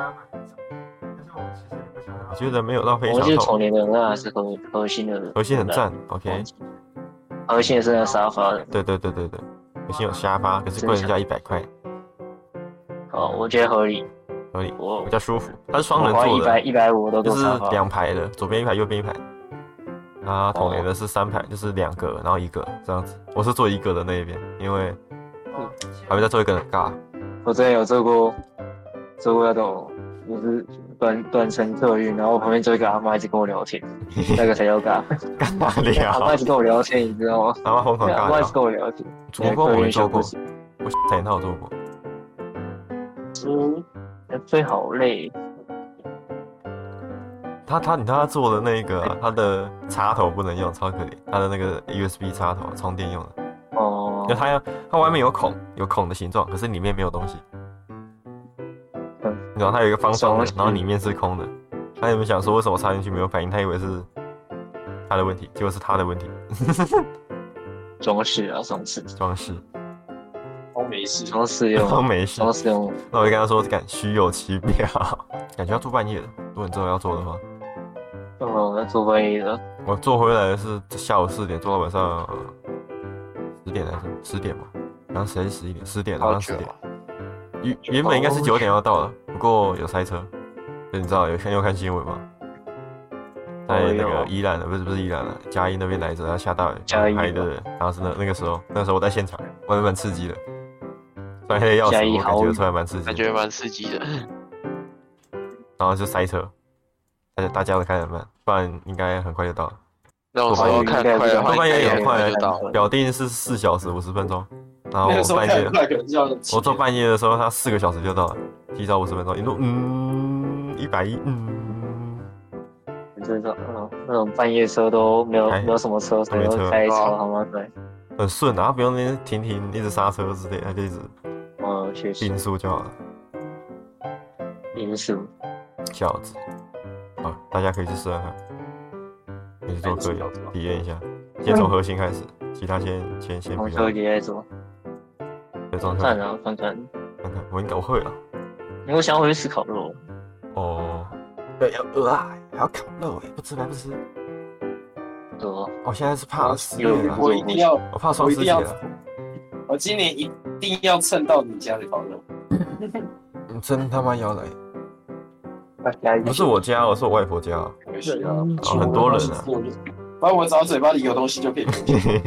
Speaker 2: 我觉得没有到非
Speaker 5: 我
Speaker 2: 常
Speaker 5: 记得丛
Speaker 2: 痛。
Speaker 5: 林的那是核核心的，
Speaker 2: 核心很赞，OK，
Speaker 5: 核心的是那沙发的。
Speaker 2: 对对对对对，核心有沙发，可是贵人家一百块，
Speaker 5: 哦，我觉得合理。
Speaker 2: 合理，
Speaker 5: 我
Speaker 2: 比较舒服。它是
Speaker 5: 我
Speaker 2: 双人
Speaker 5: 花
Speaker 2: 座
Speaker 5: 一百
Speaker 2: 的，
Speaker 5: 一百五都
Speaker 2: 就
Speaker 5: 够
Speaker 2: 是
Speaker 5: 沙发。
Speaker 2: 两排的，左边一排，右边一排。啊，同年的是三排，就是两个，然后一个这样子。我是做一个的那一边，因为还没再做一个很尬。
Speaker 5: 我之前有做过，做过那种就是短短程客运，然后我旁边坐一个阿妈一直跟我聊 天，那个才叫尬。
Speaker 2: 干嘛
Speaker 5: 阿
Speaker 2: 聊
Speaker 5: 妈一？直跟我聊天，你知道吗？
Speaker 2: 然后疯狂
Speaker 5: 对阿
Speaker 2: 尬
Speaker 5: 妈一直
Speaker 2: 聊。
Speaker 5: 跟我聊天，
Speaker 2: 主播我没做过，
Speaker 5: 客运小
Speaker 2: 我前套做过。
Speaker 5: 故事嗯，最好累。
Speaker 2: 他他你知道他做的那个啊、他的插头不能用，超可怜。他的那个 USB 插头充电用的，
Speaker 5: 哦、
Speaker 2: 就它要它外面有孔，有孔的形状，可是里面没有东西。
Speaker 5: 嗯
Speaker 2: 你知道它有一个方
Speaker 5: 什
Speaker 2: 方
Speaker 5: 么
Speaker 2: 的
Speaker 5: 东，西
Speaker 2: 然后里面是空的。他有没有想说为什么插进去没有反应？他以为是他的问题，结果是他的问题，
Speaker 5: 装饰啊，装饰，
Speaker 2: 装饰。
Speaker 4: 都没事，
Speaker 5: 装 饰
Speaker 2: 然后
Speaker 5: 用，
Speaker 2: 没事，
Speaker 5: 装饰用，
Speaker 2: 那我就跟他说，感虚有其表， 感觉要做半夜的。如果你之后要做的话，
Speaker 5: 嗯，那做翻译的，
Speaker 2: 我做回来是下午四点，做到晚上十点还是十点吧，然后谁十一点，十点，晚
Speaker 1: 好
Speaker 2: 上
Speaker 1: 久
Speaker 2: 十点
Speaker 5: 啊
Speaker 1: 了。，
Speaker 2: 原原本应该是九点要到了，不过有塞车。就你知道有看有看新闻吗？在那个
Speaker 5: 哦
Speaker 2: 宜兰的，不是不是宜兰的，嘉义那边来着，然后下大雨，
Speaker 5: 嘉义
Speaker 2: 然后排队，然后是那那个时候，那时候我在现场，我还蛮刺激的，虽然黑的要死，
Speaker 5: 嘉义
Speaker 2: 我感
Speaker 5: 好
Speaker 2: 觉
Speaker 5: 雨
Speaker 2: 出来蛮刺
Speaker 1: 感
Speaker 2: 激
Speaker 1: 觉
Speaker 2: 的，
Speaker 1: 蛮刺激的。
Speaker 2: 然后就塞车，而且大家都开得慢，不然应该很快就到了。
Speaker 1: 那种时候看快的话，
Speaker 2: 多
Speaker 1: 应
Speaker 2: 半
Speaker 1: 该
Speaker 2: 夜
Speaker 1: 也
Speaker 2: 也
Speaker 1: 很
Speaker 2: 很
Speaker 1: 快啊
Speaker 2: 快
Speaker 1: 就到了。
Speaker 2: 表定是四小时五十分钟，然后
Speaker 4: 嗯那
Speaker 2: 我
Speaker 4: 个时候
Speaker 2: 半
Speaker 4: 看
Speaker 2: 夜
Speaker 4: 不，到可能就要七
Speaker 2: 我做
Speaker 4: 点
Speaker 2: 半夜的时候，他四个小时就到了，提早五十分钟，一路嗯一百一嗯，
Speaker 5: 这种嗯那种半夜车都没有
Speaker 2: 哎
Speaker 5: 没有什么车，所以
Speaker 2: 没
Speaker 5: 都
Speaker 2: 车
Speaker 5: 开
Speaker 1: 对啊
Speaker 5: 超他妈快，
Speaker 2: 很顺啊，不用那边停停一直刹车之类的，他就一直
Speaker 5: 嗯，确实
Speaker 2: 定速就好了。
Speaker 5: 因素，
Speaker 2: 饺子，啊，大家可以去试试看，可以去做科研，
Speaker 4: 哎
Speaker 2: 体验一下。先从核心开始，其他先先先不
Speaker 5: 从
Speaker 2: 要
Speaker 5: 车。底在做，
Speaker 2: 对装修
Speaker 5: 看啊看看，
Speaker 2: 看看，我应该我会了。啊
Speaker 5: 因为我想要回去吃烤肉，
Speaker 2: 哦，对，要鹅啊，还要烤肉哎，不吃白不吃。
Speaker 5: 对吧？
Speaker 2: 我现在是怕失业了，啊
Speaker 4: 我一定要，
Speaker 2: 我怕双
Speaker 4: 我一
Speaker 2: 十
Speaker 4: 定
Speaker 2: 节
Speaker 4: 要
Speaker 2: 了。，
Speaker 4: 我今年一定要蹭到你家的烤肉。
Speaker 2: 你嗯真他妈要来？
Speaker 5: 大家一
Speaker 2: 不
Speaker 5: 起
Speaker 2: 是我家，我是我外婆家。
Speaker 4: 没事
Speaker 5: 啊
Speaker 2: 哦很多人啊。
Speaker 4: 反正我只要嘴巴里有东西就可以进去。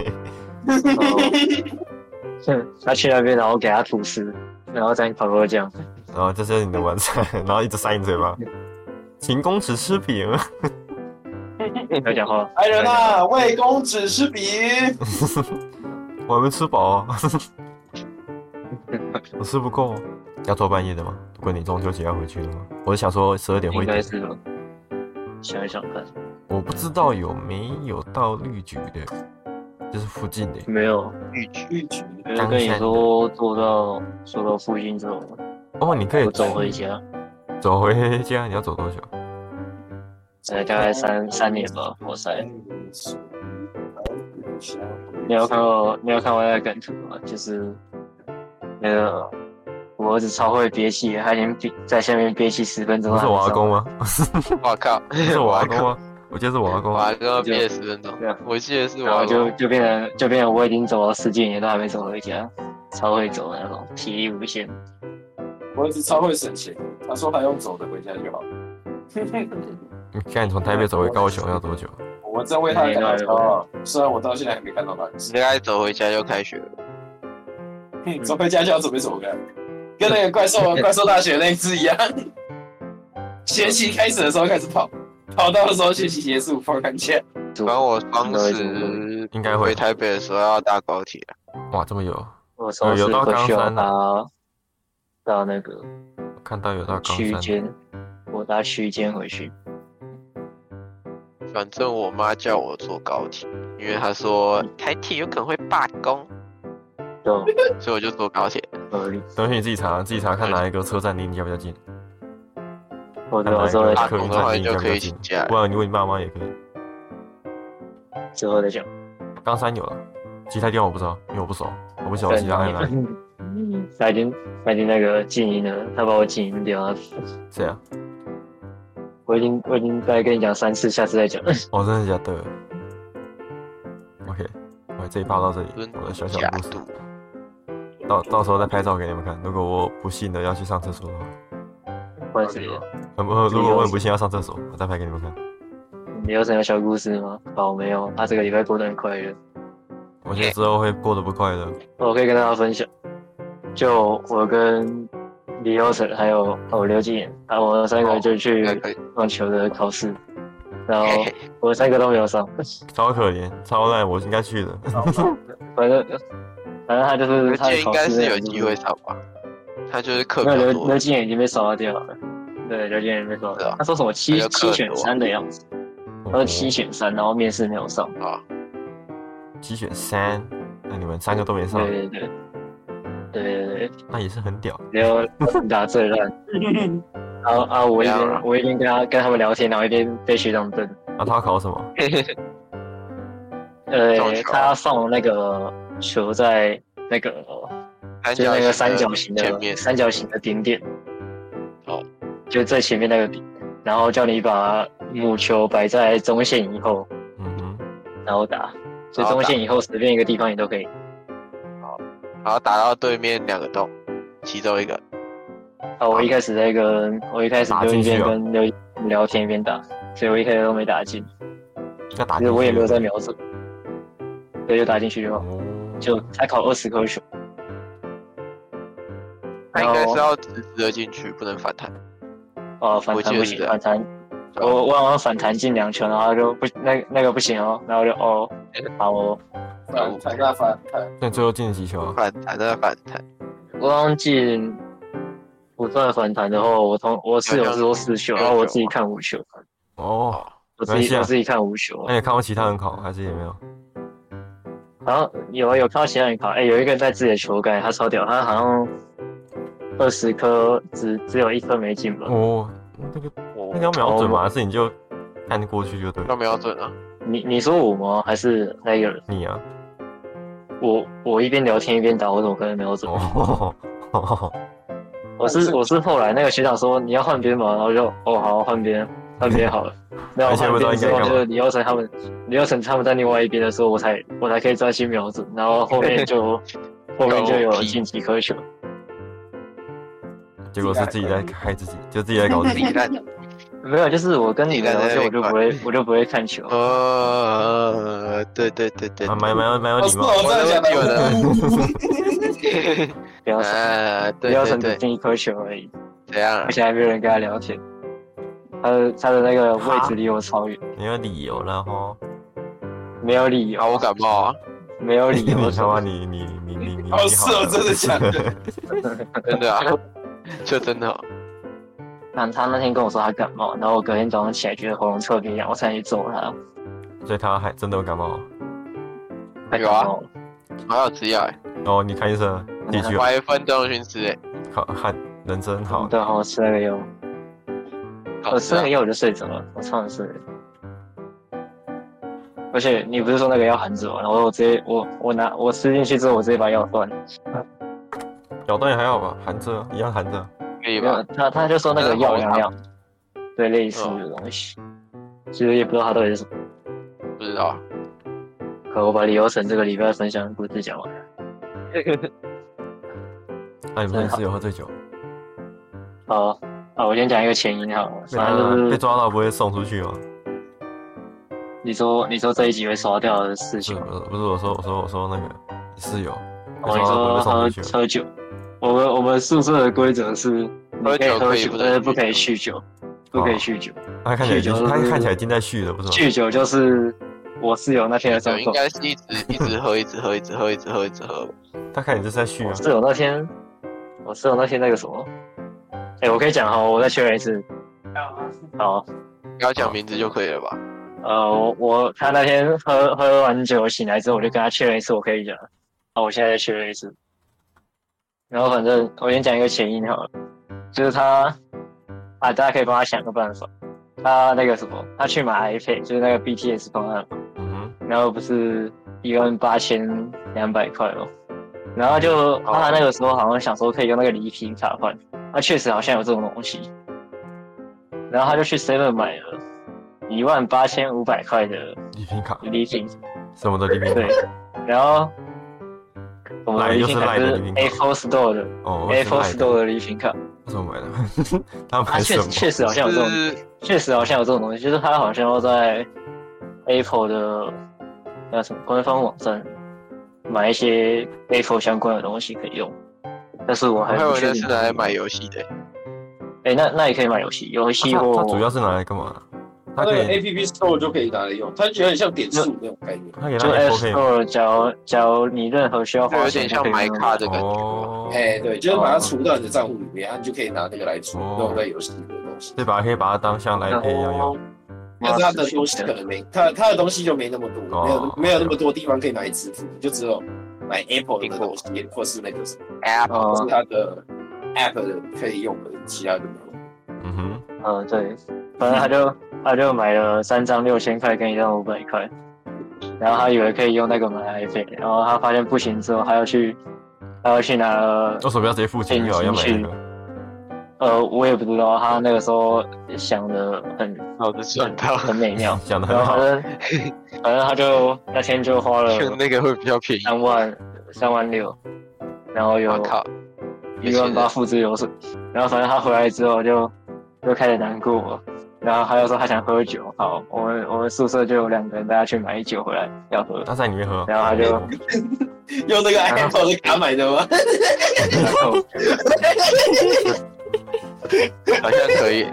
Speaker 5: 嗯， 他去那边，然后给他吐司，然后再烤肉酱，
Speaker 2: 然后这是你的晚餐，然后一直塞你嘴 巴。秦公子吃饼，
Speaker 5: 不要讲话。
Speaker 4: 来人啊，魏公子吃饼。
Speaker 2: 我还没吃饱、 啊，我吃不够。要做半夜的吗？如果你中秋节要回去的吗？我是想说十二点
Speaker 5: 应
Speaker 2: 会
Speaker 5: 该是吧？想一想看，
Speaker 2: 我不知道有没有到绿局的，就是附近的。
Speaker 5: 没有，
Speaker 1: 绿局
Speaker 4: 绿菊，
Speaker 5: 我是跟你说做到做到附近之后，
Speaker 2: 哦，你可以
Speaker 5: 我走回家，
Speaker 2: 走回家，你要走多久？
Speaker 5: 呃，大概三三年吧，我塞。你有看过你有看过那个梗图吗？就是那个我儿子超会憋气，他已经憋在下面憋气十分钟
Speaker 2: 不
Speaker 5: 了。
Speaker 2: 是我阿公吗？
Speaker 5: 啊
Speaker 1: 我靠，
Speaker 2: 不是我阿公吗？ 我记得是我阿公
Speaker 1: 我
Speaker 2: 啊
Speaker 1: 阿。公要毕业十分钟
Speaker 5: 对啊，
Speaker 1: 我记得是我
Speaker 5: 然后
Speaker 1: 阿
Speaker 5: 就
Speaker 1: 公。
Speaker 5: 就变成就变成我已经走了十几年都还没走回家，超会走的那种，体力无限。
Speaker 4: 我儿子超会省钱，他说他用走的回家就好。
Speaker 2: 你看你从台北走回高雄要多久？
Speaker 4: 我真为他感到骄傲，虽然我到现在还没看到他。
Speaker 1: 你大概走回家就开学了，
Speaker 4: 嗯走回家就要准备走开，跟那个怪 兽怪兽大学那一只一样，学期开始的时候开始跑，跑到的时候学期结束放寒假。
Speaker 5: 主
Speaker 1: 反正我当
Speaker 5: 嗯
Speaker 1: 时
Speaker 2: 应该会
Speaker 1: 回台北的时候要搭高铁，啊
Speaker 2: 哇，这么有，
Speaker 5: 我超市
Speaker 2: 呃有到
Speaker 5: 会
Speaker 2: 冈
Speaker 5: 需要
Speaker 2: 山啊
Speaker 5: 搭到那个
Speaker 2: 看到有到冈
Speaker 5: 区
Speaker 2: 山。
Speaker 5: 间，我搭区间回去。
Speaker 1: 反正我妈叫我坐高铁，因为她说台铁有可能会罢工，
Speaker 5: 就
Speaker 1: 所以我就坐高铁。
Speaker 5: 合理，
Speaker 2: 东西你自己查，自己查看哪一个车站离你家比较近，
Speaker 5: 我
Speaker 2: 看哪
Speaker 5: 到
Speaker 2: 一
Speaker 5: 之后
Speaker 2: 个
Speaker 5: 再
Speaker 1: 大
Speaker 5: 想
Speaker 2: 客运
Speaker 1: 的话
Speaker 2: 站离
Speaker 1: 你
Speaker 2: 你
Speaker 1: 就
Speaker 2: 家比
Speaker 1: 可
Speaker 2: 较
Speaker 1: 以请
Speaker 2: 近
Speaker 1: 假。
Speaker 2: 不然你问你爸妈也可以。
Speaker 5: 之后再讲。
Speaker 2: 冈山有了，其他地方我不知道，因为我不熟，我不晓得
Speaker 5: 对嗯
Speaker 2: 其他还有哪里。
Speaker 5: 他已经他已经那个静音了，他把我静音掉了。
Speaker 2: 谁啊？
Speaker 5: 我已经我已经大概跟你讲三次，下次再讲。
Speaker 2: 哦，真的假的？OK，我这一趴到这里，我的小小
Speaker 1: 假
Speaker 2: 故事
Speaker 1: 赌，
Speaker 2: 到到时候再拍照给你们看。如果我不幸的要去上厕所的话，
Speaker 5: 换谁？
Speaker 2: 呃不，如果我很不幸要上厕所，我再拍给你们看。
Speaker 5: 你有什么小故事吗？好，没有。啊他、这个礼拜过得很快乐。
Speaker 2: 我觉得之后会过得不快乐。
Speaker 5: 我可以跟大家分享，就我跟李优成还有哦刘继言，啊，我们
Speaker 1: 哦
Speaker 5: 三个就去
Speaker 1: 那个
Speaker 5: 棒球的 考试，然后我们三个都没有上，
Speaker 2: 超可怜，超烂，我应该去 的。
Speaker 5: 反正反正他就是
Speaker 1: 我
Speaker 5: 他
Speaker 1: 记得
Speaker 5: 的
Speaker 1: 应
Speaker 5: 考
Speaker 1: 该
Speaker 5: 试
Speaker 1: 是
Speaker 5: 内容
Speaker 1: 有
Speaker 5: 就是
Speaker 1: 机会上吧，他就是课比
Speaker 5: 那
Speaker 1: 较
Speaker 5: 刘
Speaker 1: 多
Speaker 5: 刘，敬已经被刷掉了，对，刘敬已经被刷
Speaker 1: 对
Speaker 5: 掉
Speaker 1: 啊。
Speaker 5: 他说什么七
Speaker 1: 那就克
Speaker 5: 七
Speaker 1: 多
Speaker 5: 选三的样子，他说七选三，然后面试没有上，
Speaker 2: 七选三，那你们三个都没上，
Speaker 5: 对对对，对对对，
Speaker 2: 那也是很屌。
Speaker 5: 然后你打最烂，然后啊，我一
Speaker 1: 不要了
Speaker 5: 边我一边跟他跟他们聊天，然后一边被学长瞪。
Speaker 2: 那他考什么？
Speaker 5: 呃
Speaker 1: 撞，球啊
Speaker 5: 他放那个球在那个
Speaker 1: 三
Speaker 5: 就是
Speaker 1: 角
Speaker 5: 那
Speaker 1: 形
Speaker 5: 个
Speaker 1: 的
Speaker 5: 三角形
Speaker 1: 前面
Speaker 5: 的三角形的顶点。
Speaker 1: 哦，
Speaker 5: 就最前面那个点，然后叫你把母球摆在中线以后，
Speaker 2: 嗯哼，
Speaker 5: 然后打。所以
Speaker 1: 然后
Speaker 5: 中
Speaker 1: 打
Speaker 5: 线以后随便一个地方你都可以。
Speaker 1: 然后打到对面两个洞，其中一个。
Speaker 5: 啊，我一开始在跟我一开始
Speaker 2: 打
Speaker 5: 就
Speaker 2: 进
Speaker 5: 一
Speaker 2: 去
Speaker 5: 边
Speaker 2: 哦
Speaker 5: 跟刘一聊天一边打，所以我一开始都没打进，
Speaker 2: 要打进
Speaker 5: 其实
Speaker 2: 去。
Speaker 5: 我也没有在瞄准，对，就打进去就好，
Speaker 2: 哦
Speaker 5: 就才考二十颗球。
Speaker 1: 他应该
Speaker 5: 然后
Speaker 1: 是要直直的进去，不能反弹。
Speaker 5: 哦，反
Speaker 1: 我记
Speaker 5: 弹
Speaker 1: 得
Speaker 5: 不
Speaker 1: 是这
Speaker 5: 行，
Speaker 1: 样
Speaker 5: 反弹，我我好像反弹进两球，然后他就不那那个不行哦，然后我就哦，好我
Speaker 4: 反反大反反，
Speaker 2: 那你最后进了几球啊？
Speaker 1: 反弹的反弹，
Speaker 5: 我好像进不算反弹的话，我同我室友是说四球，然后我自己看五球，
Speaker 2: 哦，
Speaker 5: 我自
Speaker 2: 没关系
Speaker 5: 己
Speaker 2: 啊
Speaker 5: 我自己看五球，
Speaker 2: 那你有看过其他人考还是也没有？
Speaker 5: 然后有啊有看到其他人考，哎、有一个人在自己的球盖，他超屌，他好像二十颗只只有一颗没进吧。
Speaker 2: 哦，那个那
Speaker 1: 我
Speaker 2: 个要瞄准
Speaker 5: 哦
Speaker 2: 嘛，还是你就看过去就对
Speaker 1: 都
Speaker 2: 了。
Speaker 1: 没有准啊。
Speaker 5: 你你说我吗？还是那个人？
Speaker 2: 你啊，
Speaker 5: 我我一边聊天一边打，我怎么可能没有准？
Speaker 2: 哦，
Speaker 5: 我是我是后来那个学长说你要换边嘛，然后我就哦好换边换边好了。然后
Speaker 2: 而且哎不
Speaker 5: 换
Speaker 2: 知道应该
Speaker 5: 边之后
Speaker 2: 干嘛
Speaker 5: 就是李耀成他们，李耀成他们在另外一边的时候，我才我才可以专心瞄准，然后后 面就后面就有进几颗球。
Speaker 2: 结果是自己在害自己，就自己在搞自己
Speaker 1: 你。烂，
Speaker 5: 没有，就是我跟你们聊天，我就不会我就不会看 球。
Speaker 1: 呃，对对对对
Speaker 2: 啊，，蛮蛮蛮有
Speaker 4: 我
Speaker 2: 礼
Speaker 4: 是
Speaker 2: 貌。
Speaker 5: 哦
Speaker 4: 我这样讲的，
Speaker 5: 不要说
Speaker 1: 呃，
Speaker 5: 李
Speaker 1: 对
Speaker 5: 耀
Speaker 1: 对
Speaker 5: 成只
Speaker 1: 对，
Speaker 5: 进一颗球而已，
Speaker 1: 怎样啊
Speaker 5: 而？且还没有人跟他聊天。他的他的那个位置离我超远，
Speaker 2: 没有理由然后
Speaker 5: 没有理
Speaker 1: 啊，
Speaker 5: 由，
Speaker 1: 我感冒啊，
Speaker 5: 没有 理
Speaker 2: 你
Speaker 5: 由
Speaker 2: 你
Speaker 5: 什
Speaker 2: 他妈
Speaker 5: 么。
Speaker 2: 你你你你你
Speaker 4: 哦
Speaker 2: 你
Speaker 4: 是哦真的假 的？
Speaker 1: 真的啊， 就真的哦。
Speaker 5: 然后他那天跟我说他感冒，然后我隔天早上起来觉得喉咙特别痒，我才去揍他。
Speaker 2: 所以他还真的有感冒。
Speaker 5: 他
Speaker 1: 有
Speaker 5: 感
Speaker 1: 啊
Speaker 5: 冒了，
Speaker 1: 我还有吃药欸，
Speaker 2: 哦，你看医生，继续啊
Speaker 1: 我还分钟去吃哎，
Speaker 2: 考看人真好。
Speaker 5: 对，好，我吃那个药，
Speaker 1: 好
Speaker 5: 我
Speaker 1: 吃
Speaker 5: 吃
Speaker 1: 啊
Speaker 5: 那个药我就睡着了，我超想睡。而且你不是说那个药含着吗？然后我直接我我拿我吃进去之后，我直接把药断了。
Speaker 2: 咬断也还好吧，含着一样含着。
Speaker 1: 可以
Speaker 5: 没有
Speaker 1: 吧？
Speaker 5: 他他就说那个
Speaker 1: 啊
Speaker 5: 药
Speaker 1: 那是喉
Speaker 5: 良
Speaker 1: 糖
Speaker 5: 药，对，类似的东西，其实也不知道它到底是什么。嗯
Speaker 1: 不知道，
Speaker 5: 可我把李由成这个礼拜分享的故事讲完 了。
Speaker 2: 那你们是有喝醉酒，
Speaker 5: 好，啊，我先讲一个前因好了，
Speaker 2: 被
Speaker 5: 反正就
Speaker 2: 被
Speaker 5: 是
Speaker 2: 抓到不会送出去哦吗？
Speaker 5: 你说你说这一集会刷掉的事
Speaker 2: 不是
Speaker 5: 情，
Speaker 2: 不是不是，我说我说我说那个室友，被
Speaker 5: 哦，你
Speaker 2: 抓到不
Speaker 5: 说
Speaker 2: 会
Speaker 5: 喝
Speaker 2: 送出去吗。
Speaker 5: 喝酒，我们我们宿舍的规则是你可以
Speaker 1: 喝酒可
Speaker 5: 喝
Speaker 1: 以不能
Speaker 5: 酒，但是不
Speaker 1: 酗酒哦
Speaker 5: 可以酗酒，不可以酗酒，
Speaker 2: 他看起来已
Speaker 5: 酗
Speaker 2: 经
Speaker 5: 酒
Speaker 2: 他
Speaker 5: 就是
Speaker 2: 看起来已经在续了，不是吗？
Speaker 5: 酗酒就是我室友那天的状
Speaker 1: 应
Speaker 5: 况。
Speaker 1: 该是一直一直喝，一直喝，一直喝，一直喝，一直喝。
Speaker 2: 他看起来就是在续啊
Speaker 5: 我。室友那天，我室友那天那个什么，哎、我可以讲哈，我再确认一次。好，
Speaker 1: 不要讲名字就可以了吧？
Speaker 5: 呃，我我他那天喝喝完酒醒来之后，我就跟他确认一次，我可以讲。好，我现在再确认一次。然后反正我先讲一个前因好了，就是他啊，大家可以帮他想个办法。他那个什么，他去买 iPad，就是那个 BTS 方案嘛，
Speaker 2: 嗯
Speaker 5: 然后不是一万八千两百块哦，然后就
Speaker 2: 哦
Speaker 5: 他那个时候好像想说可以用那个礼品卡换，那确实好像有这种东西，然后他就去 Seven 买了一万八千五百块的
Speaker 2: 哼，礼品卡
Speaker 5: 礼品，
Speaker 2: 什么的礼品
Speaker 5: 对
Speaker 2: 卡。，
Speaker 5: 然后我们的礼品卡
Speaker 2: 来
Speaker 5: 就
Speaker 2: 就是是赖的礼品卡
Speaker 5: A4 Store 的
Speaker 2: 哦，我是
Speaker 5: A4
Speaker 2: 赖的
Speaker 5: Store 的礼品卡，
Speaker 2: 为什么买的？ 他
Speaker 5: 他
Speaker 2: 买什
Speaker 5: 确
Speaker 2: 么
Speaker 5: 实？确实好哦像有这种，
Speaker 1: 是
Speaker 5: 确实好像有这种东西，就是他好像要在 Apple 的那什么官方网站买一些 Apple 相关的东西可以用，但是我
Speaker 1: 我
Speaker 5: 还
Speaker 1: 还有
Speaker 5: 不确
Speaker 1: 人
Speaker 5: 定
Speaker 1: 是拿来买游戏的，哦
Speaker 5: 哎、那那也可以买游戏，游戏
Speaker 2: 他
Speaker 5: 或
Speaker 2: 他主要是拿来干嘛？他
Speaker 4: 那
Speaker 2: 可
Speaker 4: 个
Speaker 2: 以，
Speaker 4: A P P Store 就可以拿来用，它有点像点数那种概念。
Speaker 2: 他给他
Speaker 5: 就 App
Speaker 2: Apple 可以吗。
Speaker 5: Store，假如假如你任何需要
Speaker 1: 就
Speaker 5: 花
Speaker 1: 有
Speaker 5: 钱
Speaker 1: 点
Speaker 5: 就可
Speaker 1: 像
Speaker 5: 以
Speaker 1: 买
Speaker 5: 用
Speaker 1: 卡的感觉。
Speaker 2: 哦，
Speaker 4: 哎，对，就是把它储到你的账户里面，啊，你就可以拿那个来储弄在游戏里的东西。
Speaker 2: 对吧？可以把它当像来配一样用。
Speaker 4: 但是它
Speaker 1: 哦
Speaker 4: 的东西可能没，它它的东西就没那么多，没有没有那么多地方可以拿来支付，你就只有买 Apple 的
Speaker 1: 苹果
Speaker 4: 东西，或是那个什么，
Speaker 1: App
Speaker 4: 或是
Speaker 5: 哦，
Speaker 4: 它的 App 的可以用的其他的没有。
Speaker 2: 嗯哼，
Speaker 5: 呃，对，反正他就他就买了三张六千块跟一张五百块，然后他以为可以用那个买 iPad，然后他发现不行之后，他要去他要去拿
Speaker 2: 为什么要直接付钱就好？要买那个？，
Speaker 5: 呃，我也不知道他那个时候想的很
Speaker 1: 哦脑子转 到
Speaker 5: 很美妙
Speaker 2: 讲的很
Speaker 5: 然后
Speaker 2: 好
Speaker 5: 反，正反正他就那天就花了
Speaker 1: 就 那个会比较便宜。
Speaker 5: 三万三万六，然后有
Speaker 1: 我靠，
Speaker 5: 一万八付之流水，然后反正他回来之后就就开始难过了，然后他就说他想喝酒，好，我们我们宿舍就有两个人，大家去买酒回来要喝，
Speaker 2: 他在里面喝，
Speaker 5: 然后他就
Speaker 4: 用那
Speaker 1: 啊
Speaker 4: 个 Apple 的卡买的吗？
Speaker 5: 然后
Speaker 1: 好像可以。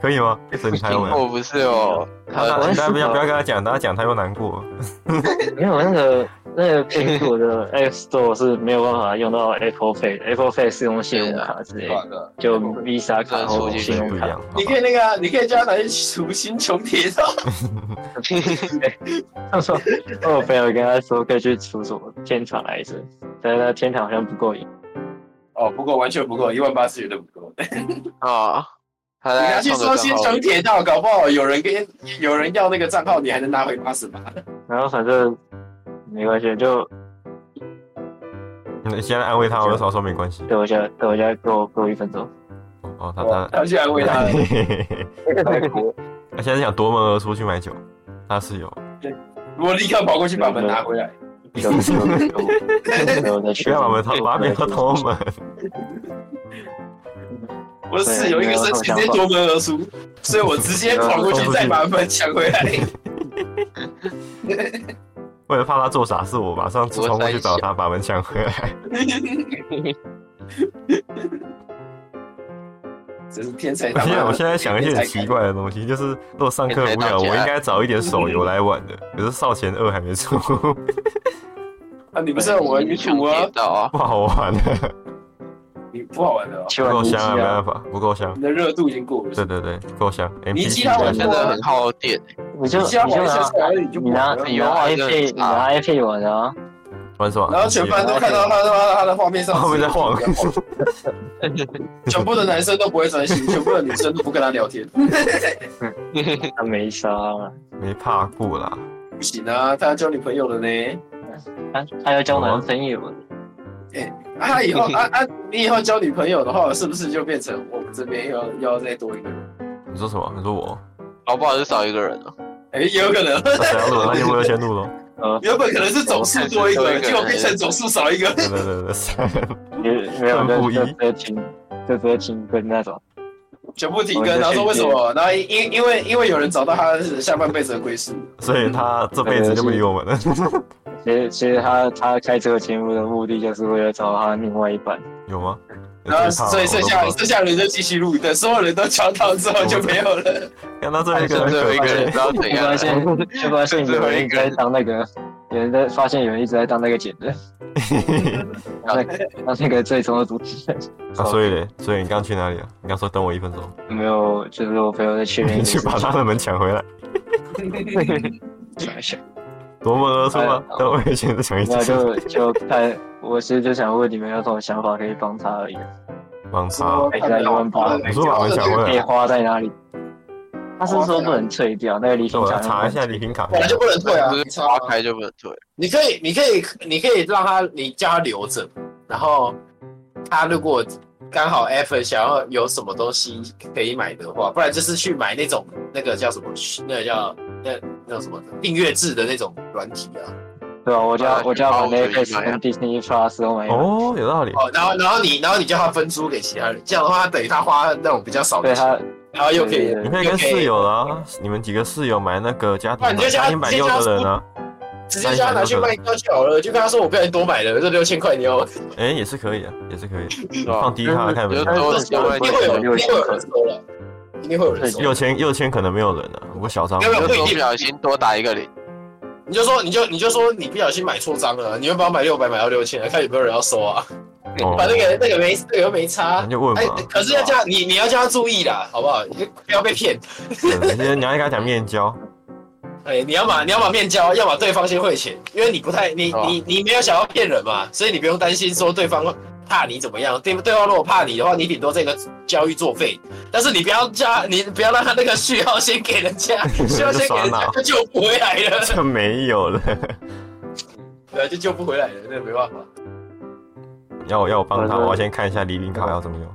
Speaker 2: 可以吗？所以你才 有买。
Speaker 1: 我不是哦，
Speaker 2: 他
Speaker 1: 他
Speaker 2: 大
Speaker 5: 我
Speaker 2: 家不要不要跟他讲，大家讲他又难过。
Speaker 5: 没有那个那个苹果的 App Store 是没有办法用到 Apple Pay，Apple Pay 是用信用卡之类的，
Speaker 4: 的，
Speaker 5: 就 Visa 卡或
Speaker 1: 对
Speaker 2: 不
Speaker 5: 信
Speaker 2: 一
Speaker 5: 用卡。
Speaker 2: 样，
Speaker 4: 你可以那个啊，你可以叫他拿去除新穷铁的。
Speaker 5: 他 说，我哦朋友跟他说可以去出什么天堂来着，但是他天堂好像不够瘾。
Speaker 4: 哦，不够，完全不够，一万八是绝对不够。你
Speaker 1: 哦，他
Speaker 4: 拿
Speaker 1: 在
Speaker 4: 去
Speaker 1: 创
Speaker 4: 说
Speaker 1: 作
Speaker 4: 新
Speaker 1: 账号
Speaker 4: 城铁道，搞不好有人跟有人要那个账号，你还能拿回八十八。
Speaker 5: 然后反正没关系，就
Speaker 2: 你现在安慰他，我就少说没关系。
Speaker 5: 等我一下，等我一下，给我给我一分钟。
Speaker 2: 哦，他他
Speaker 4: 他去安慰他，
Speaker 2: 他现在想夺门而出去买酒，他室友
Speaker 4: 我立刻跑过去把门拿回来。
Speaker 5: 有有有有的
Speaker 2: 不
Speaker 5: 去，
Speaker 2: 要把门偷，把门偷门。
Speaker 4: 我室友一个生气，直接夺门而出，所以我直接跑过去再把门抢回来。
Speaker 2: 为了怕他做傻事，我马上冲过去找他，把门抢回来。
Speaker 4: 真是天才
Speaker 2: 我
Speaker 4: 他
Speaker 2: 现
Speaker 4: 妈
Speaker 2: 在
Speaker 4: 的！
Speaker 2: 我现在想一些很奇怪的东西，就是如果上课无聊，我应该找一点手游来玩的。可是《少前二》还没出，
Speaker 4: 啊！你不是我女主啊
Speaker 1: 跌，倒啊，
Speaker 2: 不好玩的，
Speaker 4: 你不好玩的哦，
Speaker 5: 去
Speaker 2: 不
Speaker 5: 玩
Speaker 2: 够
Speaker 5: 游戏
Speaker 2: 香啊，没
Speaker 5: 啊
Speaker 2: 办！法，不够香。
Speaker 4: 你的热度已经过了。
Speaker 2: 对对对，不够香。M
Speaker 4: 你
Speaker 2: P
Speaker 4: 其
Speaker 2: G
Speaker 4: 他玩
Speaker 1: 真的很耗电。
Speaker 5: 你就
Speaker 4: 你
Speaker 5: 你
Speaker 4: 既然玩
Speaker 5: 就
Speaker 4: 一下
Speaker 5: 拿
Speaker 4: 出来，你就不
Speaker 5: 你拿
Speaker 4: 玩了。
Speaker 5: 你拿
Speaker 2: 啊
Speaker 5: iPad 你拿 iPad 玩啊，
Speaker 2: 玩什么？
Speaker 4: 然后全班都看到他他妈他的画面上，
Speaker 2: 后面在晃，
Speaker 4: 全部的男生都不会专心，全部的女生都不跟他聊天。
Speaker 5: 他没杀啊，
Speaker 2: 没怕过啦。
Speaker 4: 不行啊，他要交女朋友了呢。
Speaker 5: 他他要交男朋友，
Speaker 4: 啊，他以后啊啊，你以后交女朋友的话，是不是就变成我们这边要要再多一个人？
Speaker 2: 你说什么？你说我？
Speaker 1: 搞不好就少一个人了。
Speaker 4: 哎，也有可能，
Speaker 2: 那谁要录？那就我要先录喽。
Speaker 5: 呃，
Speaker 4: 原本可能是总数多一个，结果变成总数少一个。
Speaker 2: 对对对对，
Speaker 5: 没 没有就就直接停，就直接停更那种。
Speaker 4: 全部停更，然后说为什么？然后因因因为因为有人找到他下半辈子的归宿，
Speaker 2: 所以他这辈子就不理我们了。
Speaker 5: 其实其实他他开这个节目的目的就是为了找他另外一半。
Speaker 2: 有吗？有
Speaker 4: 然后
Speaker 2: 这一趴吗
Speaker 4: 所以剩下
Speaker 2: 我都不
Speaker 4: 剩下人就继续录，等所有人都敲到之后就没有了。
Speaker 2: 知道看到最后一个
Speaker 1: 最后一
Speaker 2: 人
Speaker 1: 个人不
Speaker 2: 可
Speaker 1: 知道怎
Speaker 5: 就
Speaker 1: 样啊了
Speaker 5: 发，现就发现有人一直在当那个，有人在发现有人一直在当那个剪的，
Speaker 2: 悲。
Speaker 5: 当那个当那个最终的主持人。
Speaker 2: 啊，所以嘞，所以你刚去哪里啊？你刚说等我一分钟，
Speaker 5: 没有，就是我朋友在确认
Speaker 2: 你去把他的门抢回来，
Speaker 5: 想 一下，
Speaker 2: 夺门而出吗
Speaker 5: 哎？
Speaker 2: 等我也先抢一
Speaker 5: 那
Speaker 2: 次，
Speaker 5: 就就看，我其实就想问你们有什么想法可以帮他而已，
Speaker 2: 帮他。
Speaker 5: 还在一万 八，
Speaker 2: 你说把门抢回
Speaker 5: 可以
Speaker 2: 来，
Speaker 5: 花在哪里？他是说不能退掉那个礼
Speaker 2: 那
Speaker 5: 品
Speaker 2: 我
Speaker 5: 卡
Speaker 2: 要
Speaker 5: 那个，
Speaker 2: 啊查一下礼品卡
Speaker 4: 本。来就不能退啊
Speaker 1: 不！是
Speaker 4: 你
Speaker 1: 花
Speaker 4: 插
Speaker 1: 开就不能退。
Speaker 4: 你可以，你可以，你可以让他，你叫他留着，然后他如果刚好 effort 想要有什么东西可以买的话，不然就是去买那种那个叫什么，那个叫那那种什么订阅制的那种软体啊。
Speaker 5: 对吧？我就要我就要把
Speaker 1: 哦有一个
Speaker 5: Netflix
Speaker 1: 呀
Speaker 5: 跟 Disney Plus 都买一买。
Speaker 2: 哦，有道理。
Speaker 4: 哦，然后然后你然后你叫他分租给其他人，这样的话等于他花那种比较少
Speaker 5: 对
Speaker 4: 的钱，
Speaker 5: 他，
Speaker 4: 然后又可以
Speaker 5: 对
Speaker 2: 你可以
Speaker 4: 又
Speaker 2: 跟
Speaker 4: 可以
Speaker 2: 室友啦，你们几个室友买那个家庭
Speaker 4: 啊你就叫
Speaker 2: 版家
Speaker 4: 他
Speaker 2: 庭版六个人啊，
Speaker 4: 直接叫他拿去卖掉就好了，就跟他说我不小心多买了这六千块，你要
Speaker 2: 哎，也是可以啊，也是可以。你
Speaker 1: 吧
Speaker 2: 放低卡看有没
Speaker 5: 哎
Speaker 1: 就
Speaker 2: 有人
Speaker 1: 是
Speaker 5: 哦
Speaker 2: 买？
Speaker 1: 多
Speaker 4: 一定会有一定会有人收了，一定会有人收。
Speaker 2: 六千六千可能没有人啊，不过小张
Speaker 4: 没有没有
Speaker 1: 有时候不小心多打一个零，
Speaker 4: 你就说，你就你就说，你不小心买错张了，你又帮我买六百，买到六千，看有没有人要收啊？
Speaker 2: 哦
Speaker 4: 把那个那个没那个又没
Speaker 2: 那
Speaker 4: 差
Speaker 2: 你。就问
Speaker 4: 哎
Speaker 2: 嘛，，
Speaker 4: 可是要叫你你要叫他注意啦，好不好？你就不要被骗。
Speaker 2: 嗯你先你要跟他讲面交，
Speaker 4: 哎，你要么你要么面交，要么对方先汇钱，因为你不太你
Speaker 1: 是
Speaker 2: 哦
Speaker 1: 吧
Speaker 4: 你你没有想要骗人嘛，所以你不用担心说对方怕你怎么样。对对方如果怕你的话，你顶多这个交易作废，但是你不要加，你不要让他那个序号先给人 家，序号先给人
Speaker 2: 耍
Speaker 4: 家
Speaker 2: 脑
Speaker 4: 就救不回来了，
Speaker 2: 这没有了。
Speaker 4: 对啊，就救不回来了，那没办法。
Speaker 2: 要我要我帮他，
Speaker 5: 反正
Speaker 2: 我要先看一下礼品卡要怎么用。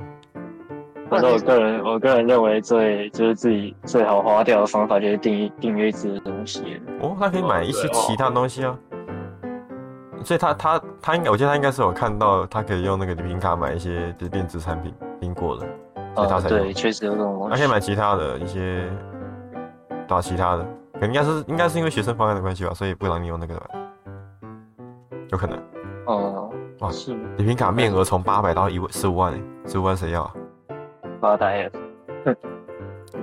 Speaker 5: 反正我个人，我个人认为最就是自己最好花掉的方法就是订订阅自己的东西。
Speaker 2: 哦，他可以买一些
Speaker 4: 哦对哦
Speaker 2: 其他东西啊。所以他他他应该，我记得他应该是有看到，他可以用那个礼品卡买一些就是电子产品，苹果的，所以他
Speaker 5: 啊，
Speaker 2: 才用。
Speaker 5: 对，确实有这种
Speaker 2: 他
Speaker 5: 东
Speaker 2: 可
Speaker 5: 西
Speaker 2: 以。买其他的一些，打其他的，可能应该是应该是因为学生方案的关系吧，所以不让你用那个吧，有可能。
Speaker 5: 哦、
Speaker 2: 哇
Speaker 5: 是
Speaker 2: 礼品卡面额从八百到一十五万、欸，十五万谁要、啊？
Speaker 5: 发呆了。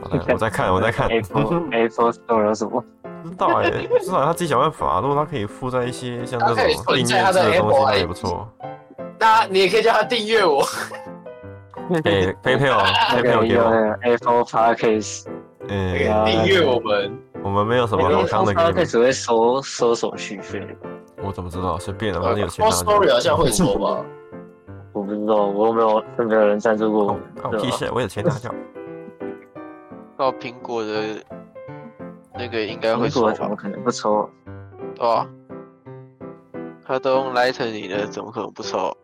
Speaker 2: 好的我在看，我在 看，
Speaker 4: 哎
Speaker 5: Apple Apple Store 有什么？
Speaker 2: 不知道哎、至少他自己想办法、啊如果他可以附在一些像这
Speaker 4: 他可以
Speaker 2: 种
Speaker 4: 存
Speaker 2: 订
Speaker 4: 在
Speaker 2: 阅
Speaker 4: 他
Speaker 2: 制
Speaker 4: 的
Speaker 2: 的
Speaker 4: Apple
Speaker 2: 东西，那
Speaker 4: ID
Speaker 2: 也不错。
Speaker 4: 那你也可以叫他订阅我，
Speaker 2: 哎、p a y p a l p a
Speaker 5: 那
Speaker 2: y p a
Speaker 5: 个
Speaker 2: l 给
Speaker 5: 有
Speaker 2: 我。
Speaker 5: 那个 Apple Podcast，
Speaker 2: 哎、
Speaker 4: 啊可以哎
Speaker 5: 啊
Speaker 4: 订阅我们。
Speaker 2: 我们没有什么好康的
Speaker 5: p o d
Speaker 2: 给
Speaker 5: c a
Speaker 2: 你
Speaker 5: s 会收收手续费，
Speaker 2: 们，我怎么知道？随便的，反正有钱
Speaker 4: Post
Speaker 2: 拿就
Speaker 4: Story 哦好像啊会说 吧？
Speaker 5: 我不知道，我又没有都没有人赞助过我
Speaker 2: 哦，看我屁事，我有钱拿就好。
Speaker 1: 到苹果的那个应该会
Speaker 5: 苹
Speaker 1: 收
Speaker 5: 果
Speaker 1: 吧
Speaker 5: 怎？么可能不抽？
Speaker 1: 对啊，他都用 Lightning 的，怎么可能不收？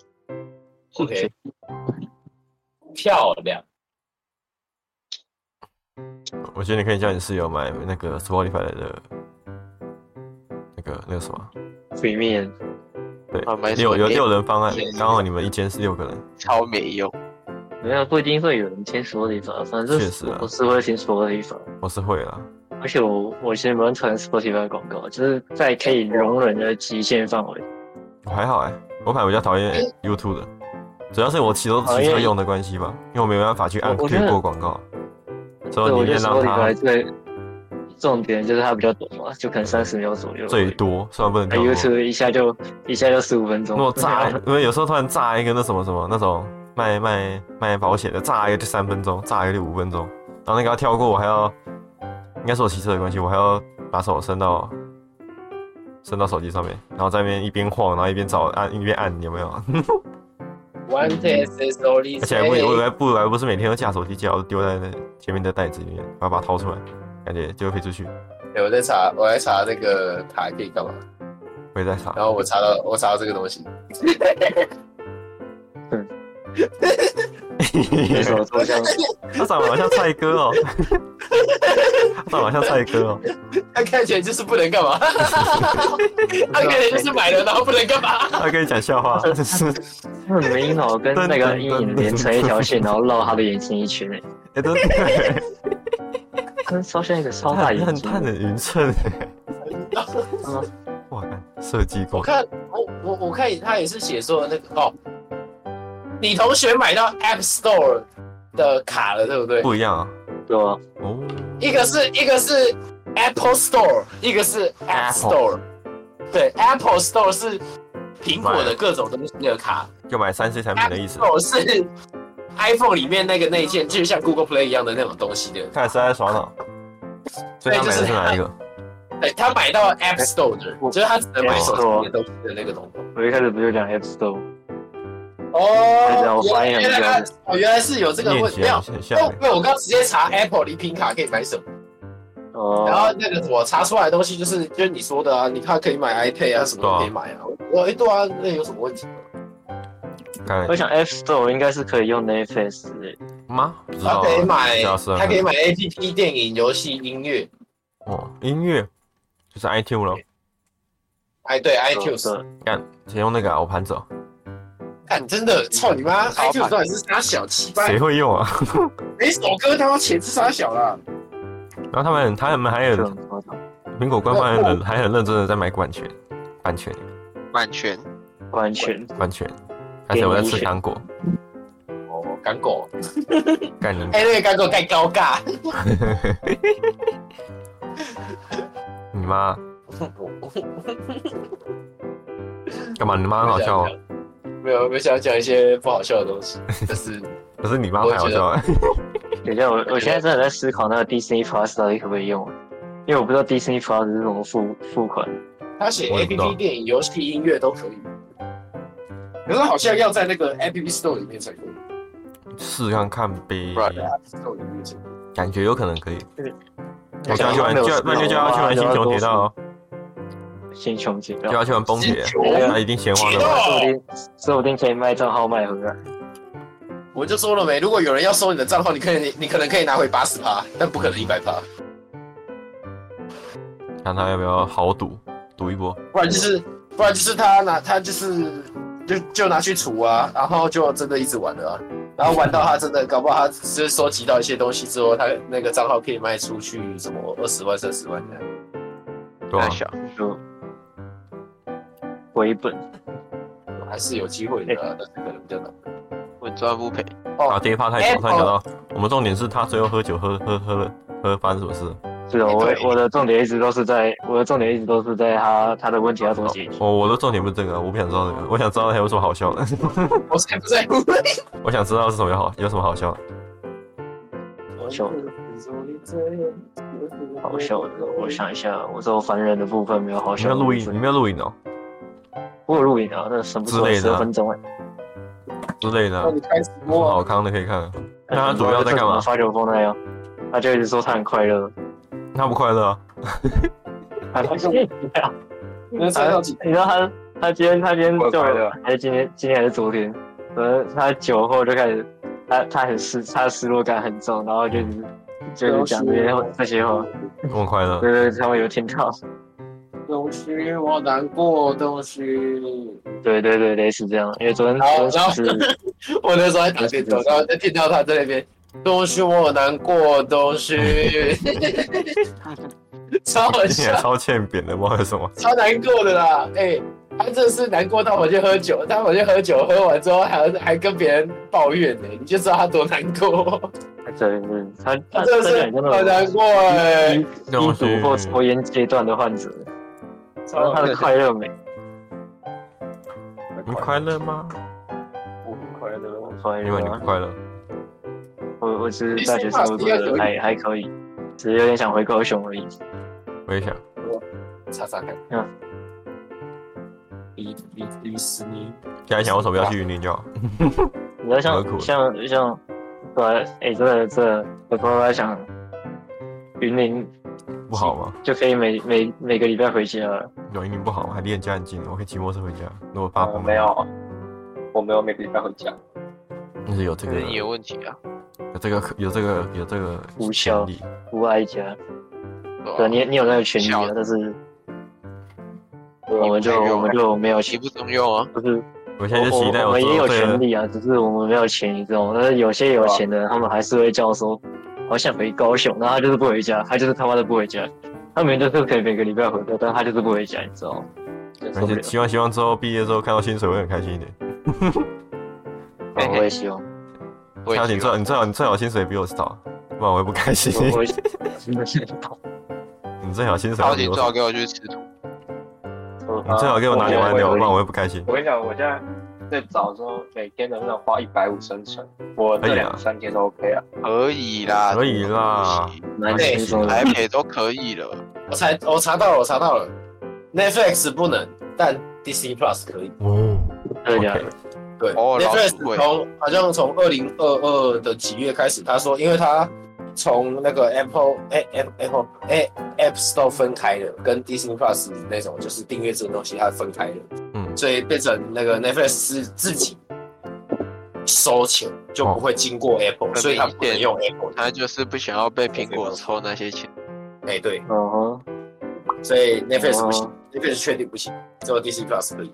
Speaker 4: OK，漂亮。
Speaker 2: 我觉得你可以叫你室友买那个 Spotify 的，那个那个什么，
Speaker 5: 里面
Speaker 2: 对
Speaker 1: 啊买，
Speaker 2: 六
Speaker 1: Spotify
Speaker 2: 有六人方案
Speaker 1: 也，是
Speaker 2: 刚好你们一间是六个人，
Speaker 1: 超没用，
Speaker 5: 没有不一定会有人听说的吧，反正
Speaker 2: 确实啊
Speaker 5: 我是会听说的吧。
Speaker 2: 我是会啦。
Speaker 5: 而且我我其实蛮讨厌 Spotify 的广告，就是在可以容忍的极限范围。
Speaker 2: 我还好哎、我反而比较讨厌欸 YouTube 的，主要是我骑都
Speaker 5: 讨
Speaker 2: 骑
Speaker 5: 厌
Speaker 2: 车用的关系吧，因为我没办法去按
Speaker 5: 我我觉
Speaker 2: 略
Speaker 5: 得
Speaker 2: 过广告，所以
Speaker 5: 对，
Speaker 2: 我
Speaker 5: 我
Speaker 2: 宁
Speaker 5: 觉
Speaker 2: 愿
Speaker 5: 得
Speaker 2: 啊让
Speaker 5: Spotify
Speaker 2: 它
Speaker 5: 最重点就是它比较短嘛，就可能三十秒左右。
Speaker 2: 最多，虽然不能
Speaker 5: 那
Speaker 2: 跳过。
Speaker 5: YouTube 一下就一下就十五分钟。
Speaker 2: 如果
Speaker 4: 啊
Speaker 2: 炸，因为有时候突然炸一个那什么什么那种卖卖卖保险的，炸一个就三分钟，炸一个就五分钟，然后那个要跳过，我还要，应该是我骑车的关系，我还要把手伸到伸到手机上面，然后在那边一边晃，然后一边找按一边按有没有？
Speaker 4: One test is only
Speaker 2: 而且还不我还不我还不是每天都架手机架，我丢在那前面的袋子里面，然后把它掏出来，感觉就可以出去。
Speaker 4: 欸我在查，我在查那个卡可以干嘛，
Speaker 2: 我也在查，
Speaker 4: 然 后我查到我查到这个东西，
Speaker 5: 为什么抽象？
Speaker 2: 他长得好像蔡哥 哦，他长得好像蔡哥哦，
Speaker 4: 他看起来就是不能干 嘛，他看起来就是买了然后不能干嘛，
Speaker 2: 他跟你讲笑话，
Speaker 5: 那美好跟那个阴影连成一条线，然后绕他的眼睛 一圈、欸，
Speaker 2: 哎、 真的。
Speaker 5: 跟超像一个超
Speaker 2: 他
Speaker 5: 大
Speaker 2: 很
Speaker 5: 眼
Speaker 2: 很
Speaker 5: 睛
Speaker 2: 他。很匀称欸，
Speaker 5: 嗯
Speaker 2: 哇，干设计
Speaker 4: 我
Speaker 2: 过，
Speaker 4: 看我我我看他也是写说那个哦，你同学买到 App Store 的卡了，对不对？
Speaker 2: 不一样啊，
Speaker 5: 对啊，
Speaker 2: 哦，
Speaker 4: 一个是一个是 Apple Store，一个是 App Store。对，Apple Store 是苹果的各种东西的卡
Speaker 2: 就买三 C 产品的意
Speaker 4: ，App
Speaker 2: 思。
Speaker 4: Store 是 iPhone 里面那个内建，就是像 Google Play 一样的那种东西的。
Speaker 2: 看来是在耍脑，所以他买的是哪一个？
Speaker 4: 对，他买到 App Store 的，就是他只能买手机的东西的那个东西。
Speaker 5: 我一开始不就讲 App Store？
Speaker 4: 哦，原来原来他哦原来是有这个
Speaker 2: 念
Speaker 4: 问
Speaker 2: 起
Speaker 4: 没
Speaker 2: 来
Speaker 4: 有。
Speaker 2: 很像
Speaker 4: 那
Speaker 2: 欸，
Speaker 4: 那我刚直接查 Apple 礼品卡可以买什么，然
Speaker 5: 哦，
Speaker 4: 后那个我查出来的东西就是就是你说的啊，你看可以买 iPad 啊，什么都可以买啊。我哎对啊，那有什么问题？
Speaker 2: 看
Speaker 5: 我想 App Store 应该是可以用 Netflix 的、
Speaker 2: 吗？不知
Speaker 4: 他
Speaker 2: 道
Speaker 4: 可以
Speaker 2: 啊，
Speaker 4: 买
Speaker 2: 知道是，啊
Speaker 4: 他可以买 A P P 电影、游戏、音乐，
Speaker 2: 哦，音乐就是 iTune 了，
Speaker 4: 哎，
Speaker 2: 啊
Speaker 4: 对
Speaker 5: 对
Speaker 4: ，iTunes，
Speaker 2: 干，先用那个啊，我盘走，
Speaker 4: 看真的，操你妈
Speaker 1: 好
Speaker 4: ！iTunes 到底是啥小七八？
Speaker 2: 谁会用啊？
Speaker 4: 每首歌他妈钱是啥小啊啦？
Speaker 2: 然后他们他们还
Speaker 5: 这
Speaker 2: 有
Speaker 5: 种操作
Speaker 2: 苹果官方还很还很认真的在买版权，版权
Speaker 1: 版权
Speaker 5: 完全
Speaker 2: 版权，而且我在吃糖果，
Speaker 4: 哦，干狗，
Speaker 2: 干你
Speaker 4: 哎，那个干狗盖高尬，
Speaker 2: 你妈，干嘛？你妈很好笑哦，
Speaker 4: 没有，我想要讲一些不好笑的东 西，但是
Speaker 2: 可是你妈才好笑啊。
Speaker 5: 等一下，我我现在真的在思考那个 Disney Plus 到底可不可以用啊？因为我不知道 Disney Plus 是怎么付付款。
Speaker 4: 他写
Speaker 2: 我
Speaker 4: A
Speaker 2: 也不
Speaker 4: P
Speaker 2: 知道
Speaker 4: P 电影、游戏、音乐都可以，可是好像要在那个 A P P Store 里面才可以
Speaker 2: 试看看呗，
Speaker 1: Right
Speaker 4: ，App Store 里面才可以。
Speaker 2: 感觉有可能可以。我
Speaker 5: 想
Speaker 2: 刚去玩，
Speaker 5: 没有啊
Speaker 2: 就那就叫他去玩星球铁道哦，
Speaker 5: 先穷极
Speaker 2: 叫
Speaker 5: 道，
Speaker 2: 他去玩崩铁
Speaker 4: 星球，
Speaker 2: 他一定先花的吧。
Speaker 5: 说不定说不定可以卖账号卖回啊来。
Speaker 4: 我就说了没，如果有人要收你的账号，你可以，你可能可以拿回八十趴，但不可能一百趴，
Speaker 2: 看他要不要豪赌，赌一波。
Speaker 4: 不然就是，不然就是他拿他就是就就拿去除啊，然后就真的一直玩了啊，然后玩到他真的搞不好他只是收集到一些东西之后，他那个账号可以卖出去什么二十万、三十万这样。
Speaker 2: 对吧
Speaker 1: 太？小，
Speaker 5: 就回本。
Speaker 4: 还是有机会的
Speaker 5: 哎
Speaker 4: 啊，但是可能比较难。
Speaker 1: 稳赚不赔。
Speaker 2: 啊，这一趴太长，太讲到。我们重点是他最后喝酒喝喝喝了喝发生什么事？
Speaker 5: 是的，我
Speaker 4: 对
Speaker 5: 我的重点一直都是在我的重点一直都是在他他的问题要怎么解决。
Speaker 2: 哦我我的重点不是这个，我不想知道这个，我想知道他有什么好笑的，
Speaker 4: 我才不在乎。
Speaker 2: 我想知道是什么好有什么好笑的。
Speaker 5: 好笑的，好笑的。我想一下，我说凡人的部分没有好
Speaker 2: 你
Speaker 5: 笑
Speaker 2: 没
Speaker 5: 的
Speaker 2: 有
Speaker 5: 部
Speaker 2: 录影，
Speaker 5: 分。
Speaker 2: 你没有录影哦
Speaker 5: 我有录影啊，那省不
Speaker 2: 之类的啊
Speaker 5: 十分钟哎。
Speaker 2: 之类的啊
Speaker 4: 那，你开直播啊，
Speaker 2: 好康的可以看。
Speaker 5: 哎
Speaker 2: 那他主要在干嘛
Speaker 5: 就跟发酒疯那样，他就一直说他很快 乐。
Speaker 2: 他不快乐啊，
Speaker 5: 他
Speaker 4: 能猜到几？
Speaker 5: 你知道他他今天他今天
Speaker 3: 怪
Speaker 5: 就
Speaker 3: 怪的
Speaker 5: 还是今天今天还是昨天，呃，他酒后就开始，他他很失他的失落感很重，然后就是就是讲这些这些话，
Speaker 2: 这么快乐，
Speaker 5: 对对，他们有听到，
Speaker 4: 东西我难过，东西。
Speaker 5: 对对对，类似这样，因为昨天
Speaker 4: 然后
Speaker 5: 昨天是
Speaker 4: 我那时候还打电动，然后就听到他在那边，东西我难过，东 西，超好
Speaker 2: 你还
Speaker 4: 笑，
Speaker 2: 超欠扁的，不知道有什么。
Speaker 4: 超难过的啦，哎、他真的是难过到跑去喝酒，他跑去喝酒，喝完之后还还跟别人抱怨呢、你就知道他多难过，
Speaker 5: 对对，他
Speaker 4: 他
Speaker 5: 他
Speaker 4: 真的
Speaker 5: 真的
Speaker 4: 是
Speaker 5: 真
Speaker 4: 很
Speaker 5: 的
Speaker 4: 难过哎、
Speaker 5: 有
Speaker 2: 东
Speaker 5: 吸
Speaker 2: 西
Speaker 5: 毒或抽烟阶段的患者，然后
Speaker 4: 超
Speaker 5: 他的快乐美，
Speaker 2: 哦你快乐吗？
Speaker 4: 我不快乐。
Speaker 5: 快
Speaker 2: 因
Speaker 5: 乐
Speaker 2: 为你不
Speaker 5: 啊，
Speaker 2: 快乐。
Speaker 5: 我我只是大学生活过得还还可以，只是有点想回高雄而已。
Speaker 2: 我也想，
Speaker 4: 查查看。
Speaker 5: 嗯。
Speaker 4: 迪迪迪士尼，
Speaker 2: 现在想为什么要去云林就好。
Speaker 5: 你要
Speaker 2: 何苦
Speaker 5: 像像像，对，哎、真的真的，我突然在想，云林
Speaker 2: 不好吗？
Speaker 5: 就可以每每每个礼拜回家了。
Speaker 2: 有云林不好吗？还离很家很近，我可以骑摩托车回家。如果爸
Speaker 3: 我
Speaker 5: 哦
Speaker 2: 爸
Speaker 3: 呃没，有，我没有每个礼拜回家。
Speaker 2: 但是有这
Speaker 1: 可
Speaker 2: 个
Speaker 1: 能有问题啊，
Speaker 2: 有这个有这个有这个
Speaker 5: 无效
Speaker 2: 潜力。
Speaker 5: 不爱家，
Speaker 1: 对吧
Speaker 5: 对，你你有那个权利啊
Speaker 1: 小，
Speaker 5: 但是
Speaker 3: 对
Speaker 5: 我们就
Speaker 1: 没有啊
Speaker 5: 我们就没有
Speaker 1: 你
Speaker 5: 钱，
Speaker 1: 不中用啊，
Speaker 5: 不是
Speaker 2: 我现在就期待
Speaker 5: 我我们
Speaker 2: 之
Speaker 5: 也
Speaker 2: 后
Speaker 5: 有
Speaker 2: 对
Speaker 5: 权
Speaker 2: 了
Speaker 5: 利啊，只是我们没有钱，你知道吗？但是有些有钱的，他们还是会叫说，好想回高雄，然后他就是不回家，他就是他妈的不回家，他明明就是可以每个礼拜回家，但他就是不回家，你知道吗？
Speaker 2: 而且希望希望之后毕业之后看到薪水会很开心一点。
Speaker 1: 嘿
Speaker 5: 哦
Speaker 1: 嘿
Speaker 5: 我也希望，
Speaker 1: 我也
Speaker 2: 他你
Speaker 1: 希
Speaker 2: 最好
Speaker 1: 望
Speaker 2: 你最好你最好薪水比我少，不然我会不开心。
Speaker 5: 我我
Speaker 2: 你最好薪水
Speaker 1: 超
Speaker 2: 要
Speaker 1: 级
Speaker 2: 比我
Speaker 1: 最好
Speaker 2: 少，
Speaker 1: 给我去吃土，
Speaker 2: 你最好给我
Speaker 4: 哦
Speaker 2: 拿两万六，不然我会不开心。
Speaker 3: 我跟你讲，我现在在找说每天能不能花一百五生存，我
Speaker 2: 可
Speaker 3: 这
Speaker 2: 以啊
Speaker 3: 两三天都 OK 啊。
Speaker 1: 可以啦，
Speaker 2: 可以啦
Speaker 5: 蛮轻松的。
Speaker 1: 台北都可以了，
Speaker 4: 我才我查到了，我查到了，Netflix 不能，但 Disney Plus 可以。
Speaker 2: 哦，
Speaker 5: 真的假的？
Speaker 4: 对、
Speaker 1: 哦
Speaker 4: n e
Speaker 1: 老
Speaker 4: t f l
Speaker 1: 鼠
Speaker 4: i
Speaker 1: 会
Speaker 4: x 从好像从二零二二的几月开始，他说，因为他从那个 Apple 哎 App- Apple 哎 App Store 分开了，跟 Disney Plus 那种就是订阅制的东西，它分开了，
Speaker 2: 嗯，
Speaker 4: 所以变成那个 Netflix 是自己收钱，就不会经过 Apple，、
Speaker 1: 很
Speaker 4: 所以他不能用 Apple 的。
Speaker 1: 他就是不想要被苹果抽那些钱，
Speaker 4: 哎、对，
Speaker 5: 哦，
Speaker 4: 所以 Netflix 不行、
Speaker 5: 哦
Speaker 4: n e t f l i x 确定不行，只有 Disney Plus 可以。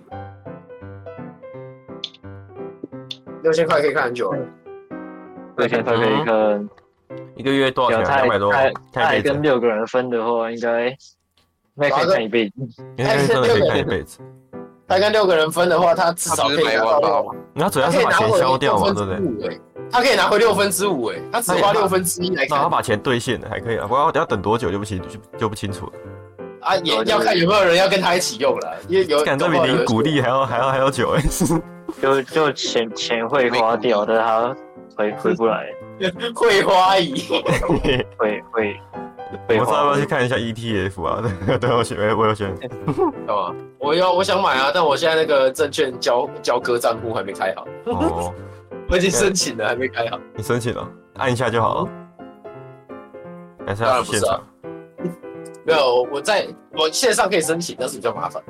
Speaker 4: 六千块可以看很久了。
Speaker 5: 嗯对，
Speaker 2: 嗯
Speaker 5: 现在可以看。
Speaker 2: 一个月多少
Speaker 5: 有
Speaker 2: 钱啊？
Speaker 5: 他
Speaker 2: 两百
Speaker 5: 还
Speaker 2: 多，
Speaker 5: 他还他
Speaker 2: 看一
Speaker 5: 还
Speaker 2: 辈
Speaker 5: 跟
Speaker 2: 子，
Speaker 5: 六个人分的话，应该那可以看一辈子。
Speaker 2: 因为真的可以看一辈子。
Speaker 4: 他跟六个人分的话，他至
Speaker 1: 他
Speaker 4: 少
Speaker 1: 不
Speaker 4: 可
Speaker 1: 是
Speaker 4: 以
Speaker 1: 买
Speaker 4: 拿到
Speaker 1: 完包
Speaker 4: 六，
Speaker 1: 吗？
Speaker 2: 然后主
Speaker 4: 他
Speaker 2: 要
Speaker 4: 可
Speaker 2: 是
Speaker 4: 以
Speaker 2: 把
Speaker 4: 拿
Speaker 2: 钱
Speaker 4: 回
Speaker 2: 消掉嘛，
Speaker 4: 六
Speaker 2: 对
Speaker 4: 分
Speaker 2: 不
Speaker 4: 之
Speaker 2: 对？
Speaker 4: 五哎，他可以拿回六分之五哎，他只花六分之一来
Speaker 2: 然后
Speaker 4: 看
Speaker 2: 把钱兑现了还可以啊，不过要等多久就不清就就不清楚了。
Speaker 4: 啊，也要看有没有人要跟他一起用了，因为有
Speaker 2: 看这比领鼓励还要还要还要久哎、
Speaker 5: 就就钱钱会花掉，但是他回回不来，
Speaker 4: 会花姨，
Speaker 5: 会会
Speaker 2: 我
Speaker 5: 废
Speaker 2: 们知道要不
Speaker 5: 话
Speaker 2: 要去看一下 ETF 啊？对， 我选，我 有选。
Speaker 4: 干嘛？我要我想买啊，但我现在那个证券交交割账户还没开好，
Speaker 2: 哦，
Speaker 4: 我已经申请了，还没开好。
Speaker 2: 你申请了，按一下就好了。还是
Speaker 4: 当
Speaker 2: 要
Speaker 4: 然
Speaker 2: 去
Speaker 4: 不是啊
Speaker 2: 现场？
Speaker 4: 没有，我在我线上可以申请，但是比较麻烦，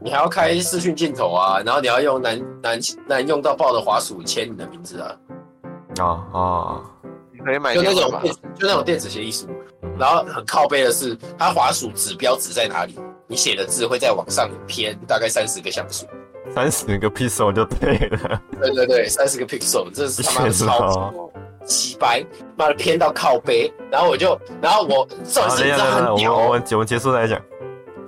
Speaker 4: 你还要开视讯镜头啊，然后你要用难难难用到爆的滑鼠签你的名字啊，
Speaker 2: 啊啊，
Speaker 1: 你可以买
Speaker 4: 就那
Speaker 1: 电话
Speaker 4: 种
Speaker 1: 吧
Speaker 4: 电就那种电子协议书。
Speaker 2: 嗯
Speaker 4: 然后很靠背的是，它滑鼠指标指在哪里，你写的字会再往上偏大概三十个像素。
Speaker 2: 三十个 pixel 就对了。
Speaker 4: 对对对，三十个 pixel，这是他妈的超级鸡掰，妈的偏到靠背。然后我就，然后我重
Speaker 2: 好，
Speaker 4: 点是你知道
Speaker 2: 等一下，等一下，
Speaker 4: 很
Speaker 2: 我
Speaker 4: 屌
Speaker 2: 们我
Speaker 4: 哦、
Speaker 2: 们我们结束再讲。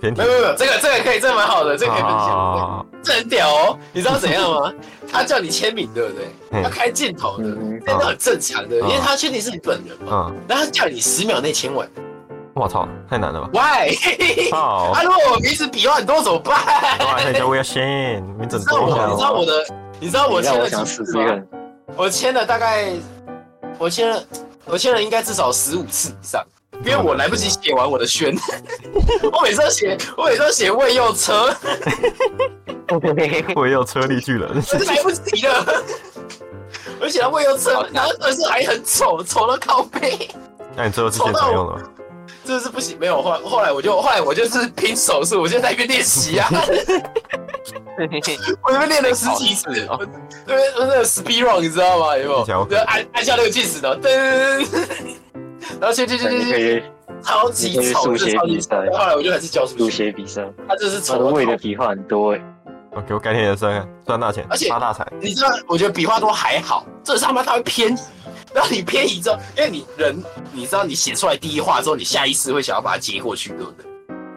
Speaker 2: 偏题
Speaker 4: 没有。没有没有，这个这个可以，这个蛮好的，这个可以分享，
Speaker 2: 啊，
Speaker 4: 这很屌哦。你知道怎样吗？他叫你签名，对不对？
Speaker 2: 嗯
Speaker 4: 他开镜头的，
Speaker 5: 嗯
Speaker 4: 这个很正常的，因
Speaker 2: 嗯
Speaker 4: 为他确定是你本人嘛。
Speaker 2: 嗯，
Speaker 4: 然后他叫你十秒内签完
Speaker 2: 我操，太难了吧？
Speaker 4: ，Why？
Speaker 2: 操
Speaker 4: 啊，，如果我名字笔画很多怎么办？
Speaker 2: 哇，那叫 Will Shin，你
Speaker 4: 你
Speaker 2: 整
Speaker 4: 知道
Speaker 2: 多
Speaker 4: 我，你知道
Speaker 2: 了。
Speaker 4: 我的，你知道我
Speaker 5: 你让
Speaker 4: 签
Speaker 5: 我
Speaker 4: 了
Speaker 5: 想
Speaker 4: 几
Speaker 5: 死
Speaker 4: 次
Speaker 5: 这个
Speaker 4: 吗？
Speaker 5: 人，
Speaker 4: 我签了大概，我签了，我签了应该至少十五次以上，因为我来不及写完我的宣， 我每次都写，我每次都写未用车，
Speaker 2: 我也有车力巨 人，
Speaker 4: 真是 来不及了。 我写到未用车，然后而是还很丑，丑到靠背，
Speaker 2: 那你最后是现场用的吗？
Speaker 4: 真的是不行。没有，后来后来我就后来我就是拼手速，我就在那边练习 啊，我那边练了十几次，
Speaker 1: 好
Speaker 5: 哦
Speaker 4: 我那边我那个 speed run 你知道吗？有没有
Speaker 2: 听起来好？可
Speaker 4: 就按按下那个计时的，噔，然后去去去
Speaker 5: 你
Speaker 4: 去
Speaker 5: 可
Speaker 4: 去。
Speaker 5: 以
Speaker 4: 超级丑，真的超级丑。后来我就还是交出
Speaker 5: 入
Speaker 4: 去，
Speaker 5: 学比赛，
Speaker 4: 他就是
Speaker 5: 他的
Speaker 4: 丑
Speaker 5: 胃
Speaker 4: 味
Speaker 5: 的
Speaker 4: 的。
Speaker 5: 笔画很多哎，
Speaker 2: 我给我改天也算看，赚大钱
Speaker 4: 而且，
Speaker 2: 发大财。
Speaker 4: 你知道，我觉得笔画多还好，这是他妈他会偏移，然后你偏移之后，因为你人，你知道你写出来第一画之后，你下意识会想要把它接过去，对不对？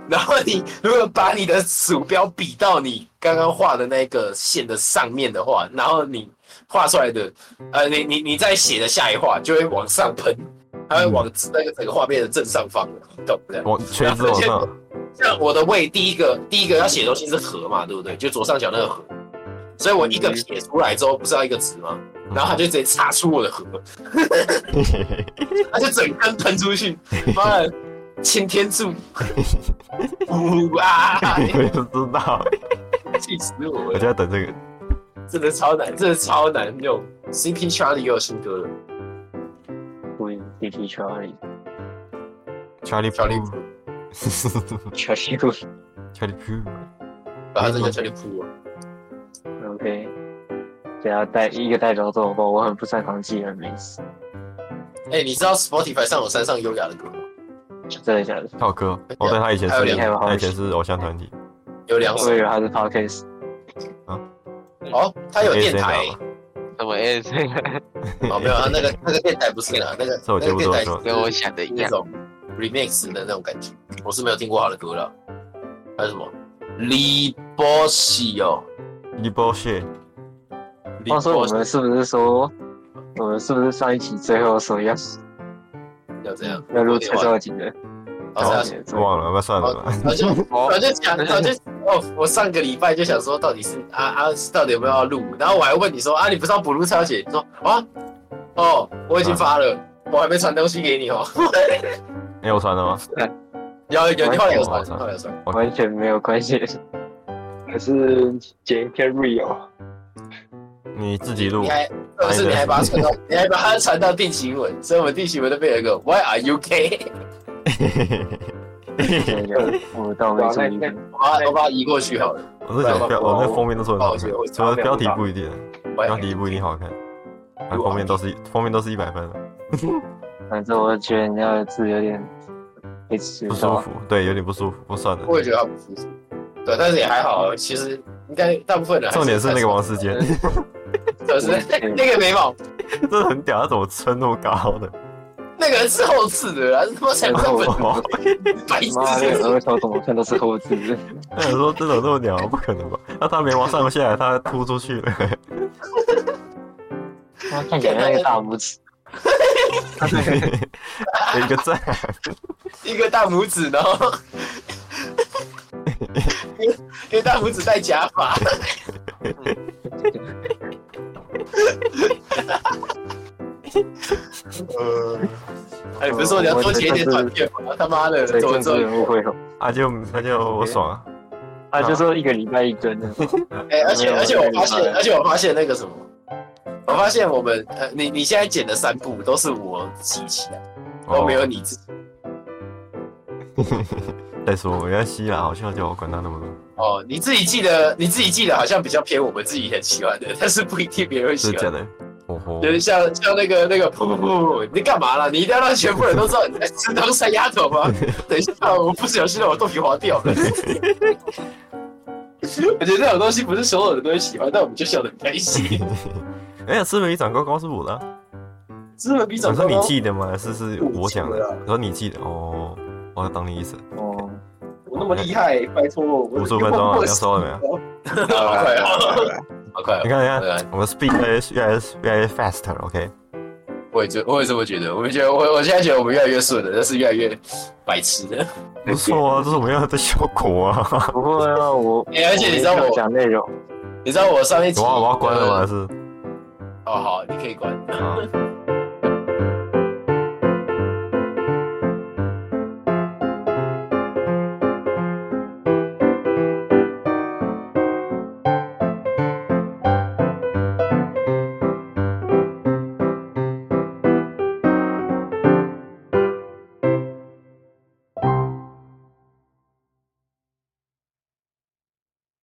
Speaker 4: 然后你如果把你的鼠标比到你刚刚画的那个线的上面的话，然后你画出来的，呃，你你你在写的下一画就会往上喷，它会往那个整个画面的正上方移动，这样。
Speaker 2: 我圈子往上，
Speaker 4: 像我的胃，第一个第一个要写的东西是和嘛，对不对？就左上角那个和，所以我一个撇出来之后，不是要一个直吗？然后他就直接插出我的和，
Speaker 2: 嗯
Speaker 4: 他就整根喷出去，妈的，擎天柱，呜啊！
Speaker 2: 我也知道，
Speaker 4: 气死
Speaker 2: 我
Speaker 4: 我
Speaker 2: 就
Speaker 4: 了，
Speaker 2: 在等这个。
Speaker 4: 真的超难，真的超难用。CP Charlie 也有新歌了，
Speaker 5: 故意 D T Charlie
Speaker 2: Charlie
Speaker 4: Charlie
Speaker 2: Poo，Charlie
Speaker 5: Charlie
Speaker 2: Poo，
Speaker 4: 把他真的 Charlie 啊哭了。
Speaker 5: OK，给他带一个带走走吧，我很不擅长记人名字，
Speaker 4: 哎，你知道 Spotify 上有山上优雅的歌吗？
Speaker 5: 真的假的？
Speaker 2: 跳哥。哦，对他以前
Speaker 4: 哎还有
Speaker 2: 是，
Speaker 5: 两个
Speaker 2: 他以前是偶像团体。
Speaker 4: 有两首
Speaker 5: 我以为他是 Podcast，
Speaker 4: 哦，他有电台
Speaker 2: ASMR
Speaker 1: 怎么也这个
Speaker 4: 哦，没有啊，那个那个电台不是啊，那个
Speaker 2: 这
Speaker 4: 那
Speaker 2: 我
Speaker 4: 个
Speaker 2: 接不
Speaker 4: 电
Speaker 2: 住
Speaker 4: 台
Speaker 2: 这我
Speaker 1: 跟我想的一
Speaker 4: 那
Speaker 1: 样，
Speaker 4: 种 remix 的那种感觉，我是没有听过好的歌了。还有什么？李波西哦，
Speaker 2: 你 bullshit，
Speaker 4: 李
Speaker 5: 话
Speaker 4: 波
Speaker 5: 说我们是不是说，我们是不是上一期最后说要
Speaker 4: 要怎样？
Speaker 5: 要录最后几个？
Speaker 2: 哦
Speaker 4: 好像哦是啊
Speaker 2: 忘了，那算了吧。
Speaker 4: 早 就
Speaker 1: 哦
Speaker 4: 早就想早就哦，我上个礼拜就想说到底是啊啊到底有没有要录，然后我还问你说啊你不是要补录超姐？你说啊哦我已
Speaker 2: 啊
Speaker 4: 经发了，我还没传东西给你哦。
Speaker 2: 哎，我传了吗？
Speaker 4: 有有你后来有
Speaker 2: 我
Speaker 4: 传，
Speaker 2: 有传
Speaker 4: 后来有传。
Speaker 5: 完全没有关系，还是剪一片 real。
Speaker 2: 你自己录
Speaker 4: 你。还或者是你还把它传到你还把它传到定型文，所以我们定型文都变成一个 Why are you gay？
Speaker 5: 我倒没注意，
Speaker 4: 我把我把它移过去好了。哦
Speaker 2: 我是想标，我那封面都做很好看，主要是标题不一定，啊
Speaker 4: Why
Speaker 2: 标
Speaker 4: are you
Speaker 2: 题
Speaker 4: gay？
Speaker 2: 不一定好看。那封面都是封面都是一百分，啊
Speaker 5: 反正我觉得你那个字有点被吃
Speaker 2: 不舒
Speaker 5: 到。
Speaker 2: 服，对，有点不舒服，不算了。
Speaker 4: 我也觉得他不舒服。对，但是也还好，其实应该大部分人还
Speaker 2: 重点是那个王世坚，
Speaker 4: 可是那个眉毛，
Speaker 2: 这很屌，他怎么撑那么高的？
Speaker 4: 那个人是后置的啦，他妈才 不上本
Speaker 2: 哦，
Speaker 4: 白痴
Speaker 5: 妈
Speaker 4: 是
Speaker 5: 的，
Speaker 4: 不
Speaker 5: 额
Speaker 4: 是。
Speaker 5: 头怎么看都是后字，
Speaker 2: 那你说这种那么屌，不可能吧？那他眉毛上下来，他凸出去了。
Speaker 5: 妈看起来像一个大拇指。
Speaker 2: 给一个赞，
Speaker 4: 一个大拇指，然后一个一个大拇指戴假 发，呃，哎，不是说你要多写一点短片吗？他妈的，
Speaker 5: 对，
Speaker 4: 怎么
Speaker 5: 政
Speaker 4: 这
Speaker 5: 治人物
Speaker 4: 样？
Speaker 5: 会吼，
Speaker 2: 啊就那就我爽啊，
Speaker 5: 他就说一个礼拜一根的，
Speaker 4: 哎，而且
Speaker 5: 没有
Speaker 4: 而且我发
Speaker 5: 没有
Speaker 4: 现，而且我发现那个什么，我发现我们呃，你你现在剪的三部都是我集齐的，都没有你自己。
Speaker 2: 再说，我要吸啦，好笑就我管他那么多，
Speaker 4: 哦，你自己记得，你自己记得好像比较偏我们自己很喜欢的，但是不一定别人会
Speaker 2: 是
Speaker 4: 喜
Speaker 2: 假
Speaker 4: 欢。
Speaker 2: 的，哦吼
Speaker 4: 就，是像像那个那个噗噗噗，你干嘛啦？你一定要让全部人都知道你在吃当山丫头 吗？等一下，我不小心让我豆皮滑掉了。我觉得这种东西不是所有人都会喜欢，但我们就笑得很开心。
Speaker 2: 哎呀，是不是你长高高是我的啊？
Speaker 4: 是不是比
Speaker 2: 我
Speaker 4: 长
Speaker 2: 说
Speaker 4: 高
Speaker 2: 哦你
Speaker 4: 高？
Speaker 2: 记得吗？是是我讲
Speaker 4: 我记得
Speaker 2: 的
Speaker 4: 啊，
Speaker 2: 我说你记得哦，我懂你意思。
Speaker 5: 哦，
Speaker 4: 我那么厉害，拜托我。
Speaker 2: 五十五分钟啊，要收了没有？
Speaker 4: 好快啊！好快啊！
Speaker 2: 你看，你
Speaker 4: 对啊
Speaker 2: 看，我们 speed 越来越越来越越来越 fast，OK？
Speaker 4: 我也觉，我也这么觉得。我觉得我我现在觉得我们越来越顺了，但是越来越白痴了。
Speaker 2: 不错啊，这是我们要的效果啊！
Speaker 5: 不会啊，我，
Speaker 4: 哎而且 你知道我
Speaker 5: 没有讲内容，
Speaker 4: 你知道我上一集
Speaker 2: 我要我要关了吗？还
Speaker 4: 呃
Speaker 2: 是
Speaker 4: 哦，好，你可以关。
Speaker 2: 啊，